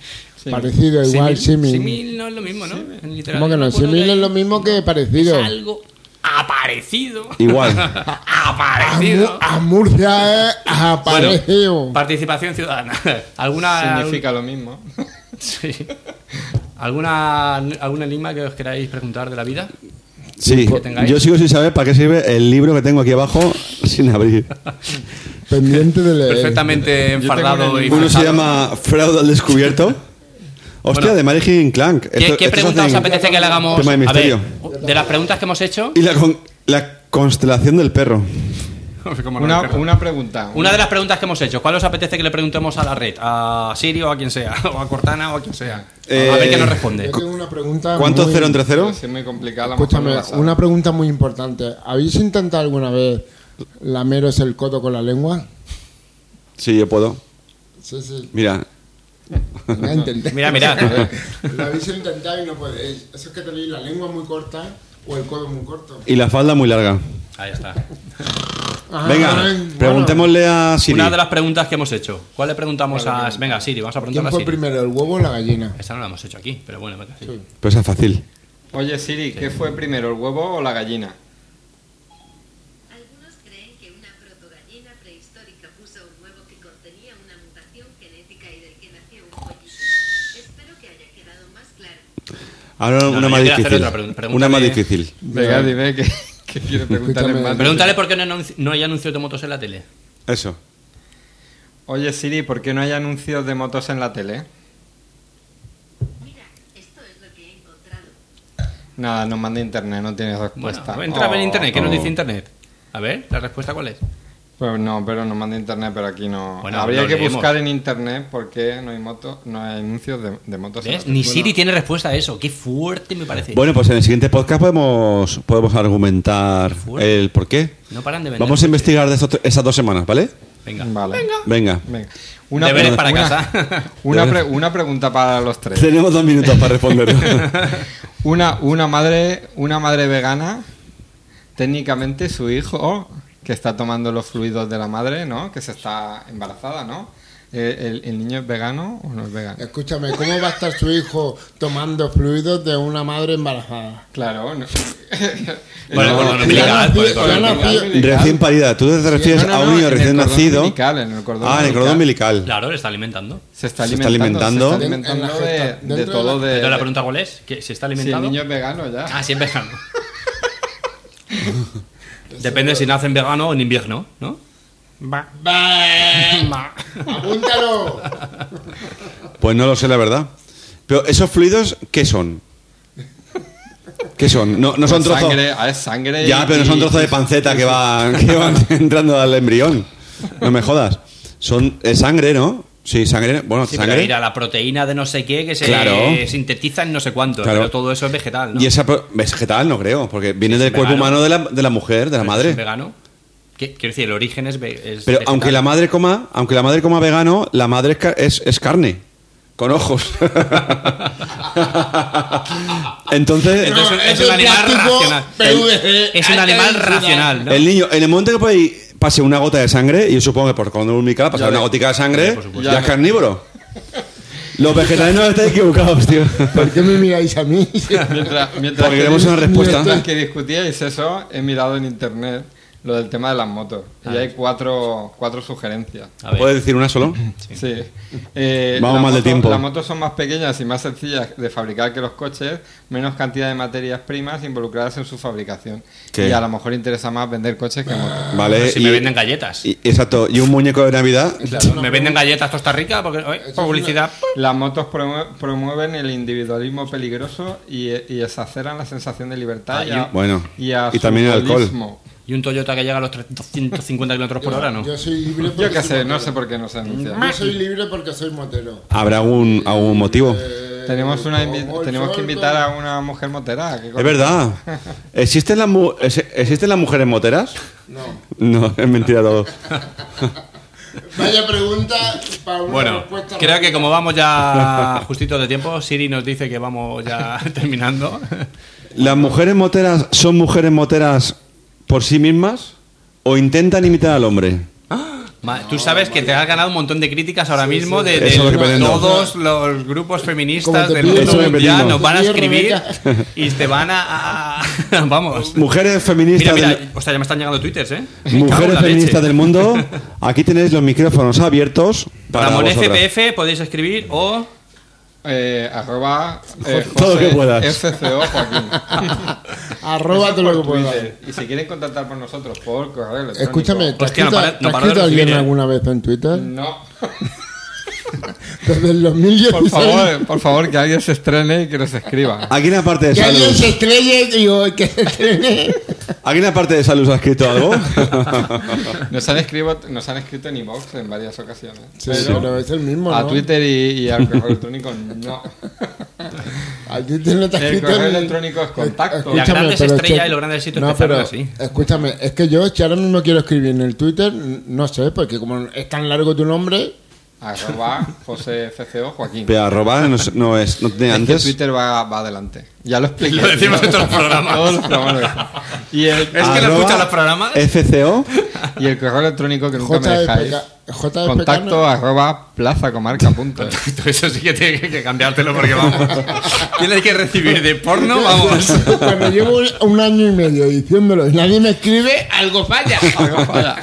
C: Parecido igual,
D: Simil-
C: símil.
D: Simil no es lo mismo, ¿no? En literatura.
C: ¿Cómo que no?
D: Bueno,
C: Símil
D: que
C: es lo mismo que
D: es
C: parecido.
D: algo aparecido.
B: Igual.
C: A, Mu-
D: aparecido.
C: a Murcia es aparecido.
D: Participación ciudadana. ¿Alguna,
A: Significa lo mismo.
D: Sí. ¿Alguna, ¿Algún enigma que os queráis preguntar de la vida?
C: Eh,
B: Sí,
D: que tengáis.
B: yo sigo sin saber para qué sirve el libro que tengo aquí abajo sin abrir.
C: Pendiente de leer.
D: Perfectamente enfardado y
B: Uno se
D: fresado.
B: llama Fraude al descubierto. Hostia,
D: Bueno.
B: de Mary Higgin Clank.
D: ¿Qué,
B: Esto- esto
D: qué
B: se
D: pregunta os
B: hacen-
D: apetece que le hagamos?
B: Tema de
D: A ver,
B: misterio.
D: de las preguntas que hemos hecho.
B: Y la, con- la constelación del perro.
A: Una, una pregunta.
D: Una de las preguntas que hemos hecho, ¿cuál os apetece que le preguntemos a la red? ¿A Siri o a quien sea? ¿O a Cortana o a quien sea? a ver
B: Eh,
D: qué
C: Yo
D: nos responde.
C: tengo una pregunta.
B: ¿Cuánto
C: muy-
B: cero entre cero?
A: Es muy complicada. a lo mejor
C: Escúchame,
A: no la sabes.
C: una pregunta muy importante. ¿Habéis intentado alguna vez lameros el codo con la lengua?
B: Sí, yo puedo.
C: Sí, sí.
B: Mira,
C: lo intenté.
D: Mira, mira.
C: Lo habéis intentado y no podéis. Eso es que tenéis la lengua muy corta o el codo muy corto.
B: y la falda muy larga.
D: Ahí está.
C: Ah,
B: Venga,
C: bueno.
B: preguntémosle a Siri.
D: Una de las preguntas que hemos hecho. ¿Cuál le preguntamos a... Venga, Siri, vamos a
C: ¿Quién
D: preguntarle a
C: fue
D: Siri.
C: primero, el huevo o la gallina?
D: Esta no la hemos hecho aquí, pero bueno, venga, sí.
B: Pero esa es fácil.
A: Oye, Siri, ¿qué fue primero, el huevo o la gallina?
E: Algunos creen que una protogallina prehistórica puso un huevo que contenía una mutación genética y del que nació un pollito. Espero que haya quedado más claro.
B: Ahora
D: no,
B: una
D: yo
B: más
D: quiero hacer
B: difícil.
D: otra pregunta.
B: Una más
D: Pregúntale-
B: difícil.
A: Venga, dime que, que quiere preguntarle
C: Escúchame.
A: más.
D: Pregúntale por qué no, anunci- no hay anuncios de motos en la tele.
B: Eso.
A: Oye Siri, ¿por qué no hay anuncios de motos en la tele?
E: Mira, esto es lo que he encontrado.
A: Nada, nos manda internet, no tienes
D: Bueno,
A: respuesta.
D: entra a ver
A: Oh,
D: internet, ¿qué nos
B: oh.
D: dice internet? A ver, ¿la respuesta cuál es?
A: Pues no, pero nos manda internet, pero aquí no.
D: Bueno,
A: Habría
D: lo
A: que
D: leemos.
A: buscar en internet por qué no hay, moto, no hay anuncios de, de motos en la
D: ¿Ves?
A: tele.
D: Ni Siri tiene respuesta a eso. Qué fuerte me parece.
B: Bueno, pues en el siguiente podcast podemos, podemos argumentar
D: Fuerte.
B: el por qué.
D: No paran de vender.
B: Vamos a investigar de esos- esas dos semanas, ¿vale?
D: Venga.
A: Vale.
B: Venga.
A: Venga.
D: Deberes
A: pre-
D: para
A: una-
D: casa.
A: Una, pre- una pregunta para los tres.
B: Tenemos dos minutos para responderlo.
A: Una, una, madre, una madre vegana, técnicamente su hijo, que está tomando los fluidos de la madre, ¿no? Que se está embarazada, ¿no? Eh, ¿El, el niño es vegano o no es vegano?
C: Escúchame, ¿cómo va a estar su hijo tomando fluidos de una madre embarazada?
A: Claro, no.
D: Bueno,
A: No,
D: bueno, no
A: no,
D: me
A: no,
D: ligas,
A: no,
D: pues,
A: no,
D: con el
A: no,
C: ombilical.
A: no,
B: Recién parida. Tú te refieres
A: No, no,
B: a
A: no,
B: un niño
A: en el
B: recién
A: cordón
B: nacido.
A: umbilical, en el cordón
B: ah, en el cordón
A: umbilical.
B: umbilical.
D: Claro, le está alimentando.
A: Se está
B: Se está
A: alimentando, se está
C: alimentando.
A: alimentando
C: En la
A: de-
C: jeta,
A: de,
C: dentro de
A: todo
C: la-
A: de...
D: Pero la pregunta cuál es, ¿Que ¿se está
A: si el
D: alimentando?
A: niño es vegano ya.
D: Ah, si es vegano. Depende si nace en vegano o en invierno, ¿no?
C: ¡Apúntalo!
B: Pues no lo sé, la verdad. Pero esos fluidos, ¿qué son? ¿Qué son? No, no son
A: Pues
B: trozos.
A: sangre, ah, es sangre
B: Ya,
A: y-
B: pero no son
A: y-
B: trozos de panceta que van, que van entrando al embrión. No me jodas. Son eh, sangre, ¿no? Sí, sangre. Bueno,
D: Sí, pero
B: sangre.
D: mira, la proteína de no sé qué que se
B: Claro.
D: sintetiza en no sé cuánto,
B: Claro.
D: pero todo eso es vegetal, ¿no?
B: Y esa pro- vegetal, no creo, porque viene
D: Sí,
B: del
D: sí,
B: cuerpo
D: vegano.
B: humano de la, de la mujer, de la
D: ¿Es
B: madre.
D: vegano? ¿Qué? Quiero decir, el origen es, ve- es
B: Pero
D: vegetal.
B: aunque la madre coma, aunque la madre coma vegano, la madre es, ca- es- es carne. Con ojos. Entonces,
D: Entonces
C: No,
D: es
C: eso
D: un
C: es
D: animal
C: plástico,
D: racional.
C: PVC,
D: Es un
C: hay que
D: animal
C: decirlo.
D: racional, ¿no?
B: el niño, en el momento que por ahí pase una gota de sangre, y yo supongo que por cuando un pasar una
A: ves.
B: gotica de
D: Sí,
B: sangre,
D: por
A: supuesto.
B: ya es carnívoro. Los vegetarianos están equivocados, tío.
C: ¿Por qué me miráis a mí?
A: Mientras, mientras
B: Porque
A: que,
B: queremos una
A: mientras
B: respuesta.
A: que discutíais eso, he mirado en internet lo del tema de las motos. Y hay cuatro, cuatro sugerencias.
D: A ver,
B: ¿Puedes decir una solo?
A: Sí. Eh,
B: Vamos
A: las
B: mal de
A: motos-
B: tiempo.
A: Las motos son más pequeñas y más sencillas de fabricar que los coches, menos cantidad de materias primas involucradas en su fabricación.
B: ¿Qué?
A: Y a lo mejor interesa más vender coches que motos.
B: Vale.
D: si me
B: y-
D: venden galletas.
B: y- exacto. Y un muñeco de Navidad.
D: me venden galletas Costa Rica porque oye, publicidad.
A: Las motos promue- promueven el individualismo peligroso y, y exaceran la sensación de libertad
D: Ah,
A: y, a,
B: y- bueno,
A: y, a
B: y también el alcohol.
A: alcoholismo.
D: Y un Toyota que llega a los 250 kilómetros por hora, ¿no?
C: Yo soy libre porque
A: Yo qué
C: soy
A: sé, no
C: motero.
A: sé por qué no se anuncia.
C: Yo soy libre porque soy motero.
B: ¿Habrá algún, algún motivo?
C: Eh,
A: Tenemos, una invi-
C: como el
A: tenemos que
C: sol,
A: invitar a
C: como-
A: una mujer motera. que
B: Es verdad. ¿Existen las, mu- ex- ¿Existen las mujeres moteras?
C: No.
B: No, es mentira todo.
C: Vaya pregunta para una
D: Bueno,
C: respuesta
D: creo que
C: rápida.
D: como vamos ya justito de tiempo, Siri nos dice que vamos ya terminando.
B: ¿Las mujeres moteras son mujeres moteras por sí mismas o intentan imitar al hombre?
D: Ma- Tú sabes que te has ganado un montón de críticas ahora mismo de, de
B: Eso es lo que pretendo.
D: todos los grupos feministas
C: Como te
D: del
C: pido-
D: mundo
B: Eso es lo que
D: mundial.
B: pretendo.
D: Nos van a
C: Te pido,
D: escribir
C: Rebeca.
D: y te van a... a- vamos.
B: Mujeres
D: Mira,
B: feministas,
D: mira,
B: del,
D: o sea, ya me están llegando twitters, ¿eh? Me cago en
B: mujeres
D: la leche.
B: feministas del mundo, aquí tenéis los micrófonos abiertos para
D: Ramón
B: vosotras.
D: FPF podéis escribir o...
A: Eh, arroba eh,
B: Todo lo que
A: José
B: puedas.
A: FCO Joaquín.
C: Arroba todo
A: Por
C: lo que pueda.
A: Twitter. Y si quieren contactar por nosotros por correo electrónico.
C: Escúchame, ¿te has
D: Hostia, no
C: escrito,
D: para- no
C: te has
D: paro de
C: escrito
D: recibir,
C: alguien
D: eh.
C: alguna vez en Twitter?
A: No,
C: Desde el 2016.
A: por favor, por favor, que alguien se estrene y que nos escriba.
B: Aquí en la parte de
C: Que alguien
B: salud.
C: se estrelle, digo, que se estrelle.
B: Aquí en la parte de salud ha escrito algo.
A: Nos han escrito, nos han escrito en iVoox en varias ocasiones.
C: Sí,
A: pero
C: pero es el mismo,
A: a
C: ¿no?
A: Twitter y, y al correo electrónico no.
C: A Twitter no te has
A: El
C: escrito
A: correo
C: ni-
A: electrónico es contacto.
D: Las grandes
C: pero
D: estrellas
C: che-
D: y los grandes sitios
C: no,
D: empezaron
C: pero,
D: así.
C: Escúchame, es que yo si ahora mismo quiero escribir en el Twitter, no sé, porque como es tan largo tu nombre,
A: Arroba José FCO Joaquín.
B: Pero arroba no, es- no es, no tiene
A: Es que
B: antes.
A: Twitter va, va adelante. Ya lo expliqué.
D: Lo decimos
A: tío.
D: en todos los programas.
A: Todos los programas. Y el,
D: Es que no
B: Arroba
D: escucha los programas.
B: FCO.
A: y el correo electrónico que nunca me dejáis.
C: JFK, JFK no-
A: Contacto arroba plazacomarca.es.
D: Todo Eso sí que tiene que cambiártelo porque vamos. Tienes que recibir de porno, vamos.
C: Cuando llevo un- un año y medio diciéndolo y nadie me escribe, algo falla.
A: Algo falla.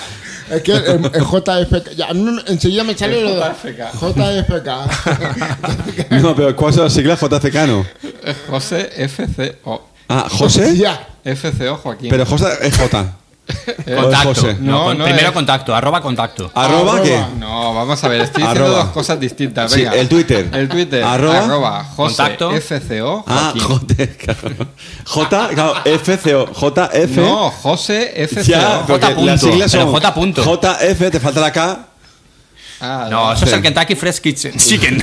C: Es que el, el JFK. Ya, no, enseguida me sale
A: El
C: lo de
A: JFK.
C: JFK.
B: No, pero ¿cuál son las siglas? JFK, no.
A: José FCO.
B: Ah, José.
C: ya.
A: FCO Joaquín.
B: Pero José es J.
D: Contacto.
B: José. Ah,
D: No,
A: No,
D: con-
A: no,
D: primero
A: es-
D: contacto, arroba contacto.
B: Arroba
C: Arroba.
B: que.
A: No, vamos a ver, estoy diciendo
B: Arroba.
A: dos cosas distintas.
B: Sí,
A: Venga.
B: el Twitter.
A: El Twitter.
B: Arroba.
A: Arroba. José
D: Contacto.
A: FCO.
B: Ah,
A: Joaquín.
B: J, claro. J, claro, FCO. JF.
A: No, José FCO.
B: ya, porque
D: J punto,
B: las siglas
D: pero
B: son
D: J punto.
B: JF, te falta la K.
A: Ah,
D: No, eso es
B: sí.
D: el Kentucky Fresh Kitchen Chicken.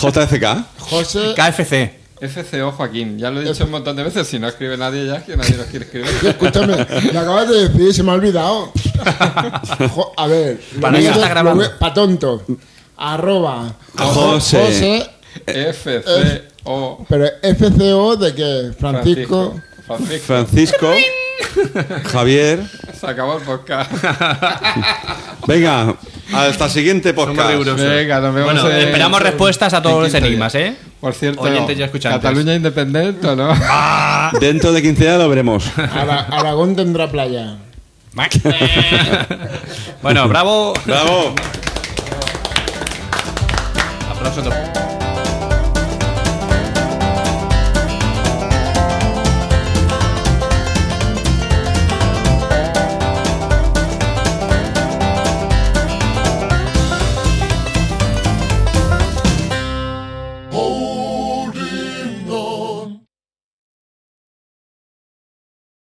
B: JFK.
C: José,
D: KFC.
A: FCO Joaquín. Ya lo he dicho un montón de veces. Si no escribe nadie ya, es que nadie lo quiere escribir.
C: escúchame, me acabas de decir, se me ha olvidado. Jo- a ver, lo
D: Para
C: voy
D: eso
C: a-
D: está
C: lo
D: grabando.
C: voy- pa' tonto. Arroba.
B: José.
C: José,
A: FCO.
C: pero FCO de que Francisco.
A: Francisco.
B: Francisco. Javier.
A: Se acabó el podcast.
B: Venga, hasta siguiente
D: Somos de
B: podcast.
D: Euros.
A: Venga, nos vemos.
D: Bueno,
A: en-
D: esperamos respuestas a todos los
A: en quince
D: enigmas,
A: días.
D: ¿eh?
A: Por cierto,
D: Oyentes y escuchantes.
A: Cataluña independiente, ¿o ¿no?
B: Dentro de 15 días lo veremos.
C: Ara- Aragón tendrá playa.
D: bueno, bravo.
B: ¡Bravo!
D: Aplausos.